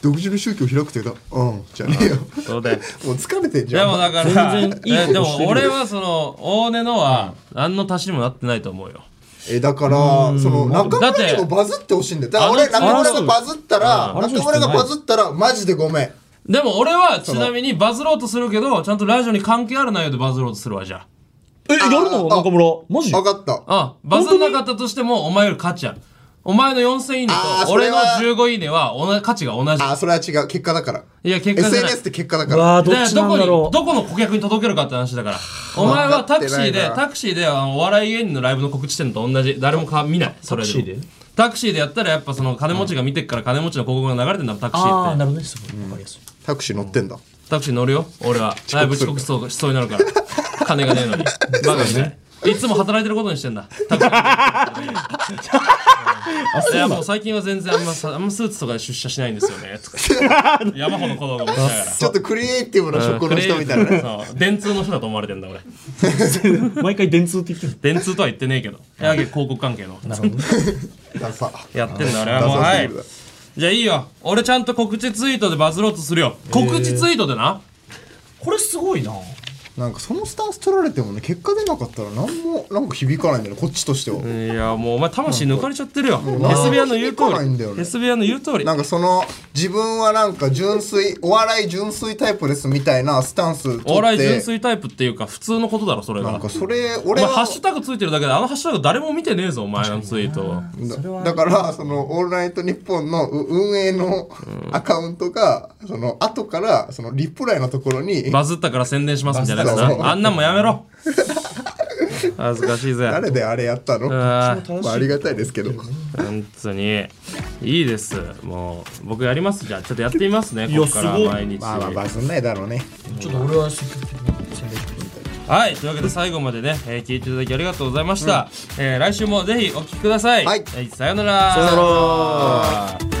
Speaker 4: 独自の宗教開くってだ。うん、じゃねえよ。
Speaker 3: そうだよ
Speaker 4: もう疲れてんじ
Speaker 3: で
Speaker 4: ゃん。
Speaker 3: もだから
Speaker 6: 全然いいことしてる
Speaker 3: えでも俺はその大根のは何の足しにもなってないと思うよ
Speaker 4: えだからその中
Speaker 3: だって
Speaker 4: 村にもバズってほしいんだよだから俺
Speaker 3: あの
Speaker 4: 中村がバズったら
Speaker 6: あの人
Speaker 4: 中村がバズったらマジでごめん
Speaker 3: でも俺はちなみにバズろうとするけどちゃんとラジオに関係ある内容でバズろうとするわじゃ
Speaker 6: えやるの
Speaker 4: あ
Speaker 6: 中村マジ
Speaker 4: 分かった
Speaker 3: あうんバズんなかったとしてもお前より価値あるお前の4000いいね
Speaker 4: あー
Speaker 3: と
Speaker 4: それ
Speaker 3: 俺の
Speaker 4: は
Speaker 3: 15いいねは同じ価値が同じ
Speaker 4: あそれは違う結果だから
Speaker 3: いや結果じゃない
Speaker 4: SNS って結果だか
Speaker 6: う
Speaker 4: ら
Speaker 6: わあど
Speaker 3: だか
Speaker 6: っ
Speaker 3: ら
Speaker 6: ちな
Speaker 3: ど
Speaker 6: ん
Speaker 3: こに
Speaker 6: だろ
Speaker 3: ど
Speaker 6: う
Speaker 3: この顧客に届けるかって話だからお前はタクシー
Speaker 4: わ
Speaker 3: で
Speaker 4: かってないな
Speaker 3: タクシーであのお笑い芸人のライブの告知してんのと同じ誰もか見ないそれ
Speaker 6: タクシーで
Speaker 3: タクシーでやったらやっぱその金持ちが見てっから金持ちの広告が流れてんだもんタクシ
Speaker 6: あ
Speaker 3: ー
Speaker 6: あー
Speaker 3: って
Speaker 6: なるほどねすごいわかりやすい
Speaker 4: タクシー乗ってんだ
Speaker 3: タクシー乗るよ俺はだいぶ遅刻しそうしそうになる
Speaker 6: [LAUGHS]
Speaker 3: から金がねえのにバカみたいいつも働いてることにしてんだタクシーいやもう最近は全然あんまさあんまスーツとかで出社しないんですよ
Speaker 6: [LAUGHS]
Speaker 3: ねとか山ほど子供が持ちながら
Speaker 4: [LAUGHS] ちょっとクリエイティブな職の人みたいなね
Speaker 3: そう電通の人だと思われてんだ俺
Speaker 6: 毎回電通って言ってる
Speaker 3: 電通とは言ってねえけどやけ広告関係の
Speaker 4: ダサ
Speaker 3: やってんだ俺は
Speaker 4: ダ
Speaker 3: もう
Speaker 4: サ
Speaker 3: は
Speaker 4: すぎ
Speaker 3: い
Speaker 4: るだ
Speaker 3: じゃあいいよ俺ちゃんと告知ツイートでバズろうとするよ告知ツイートでな
Speaker 6: これすごいな
Speaker 4: なんかそのスタンス取られてもね結果出なかったら何もなんか響かないんだよねこっちとしてはい
Speaker 3: やもうお前魂抜かれちゃってるよ
Speaker 4: んか
Speaker 3: ヘスビアの言う通
Speaker 4: なんか響かないんだよ
Speaker 3: り
Speaker 4: ね
Speaker 3: ヘスビアの言う通り
Speaker 4: なんかその自分はなんか純粋お笑い純粋タイプですみたいなスタンス取って
Speaker 3: お笑い純粋タイプっていうか普通のことだろそれ
Speaker 4: なん
Speaker 3: が
Speaker 4: かそれ俺
Speaker 3: まあ
Speaker 4: は
Speaker 3: ハッシュタグついてるだけであのハッシュタグ誰も見てねえぞお前のツイート
Speaker 4: だだからその「オールナイトニッポン」のう運営のアカウントがその後からそのリプライのところに
Speaker 3: バズったから宣伝しますみたいなやつな
Speaker 4: バズった
Speaker 3: あんなんもやめ
Speaker 4: [LAUGHS]
Speaker 3: ろ恥ずかしいぜ
Speaker 4: 誰であれやったの、ま
Speaker 3: あー
Speaker 4: あ、ありがたいですけど
Speaker 3: 本当にいいですもう僕やりますじゃあちょっとやってみますねここから毎日
Speaker 4: まあまあバズんないだろうね
Speaker 6: ちょっと俺は積極的に宣伝して
Speaker 3: はいというわけで最後までね、えー聞いていただきありがとうございました、えー来週もぜひお聞きください、
Speaker 4: はい
Speaker 3: さようなら
Speaker 4: さような
Speaker 3: ら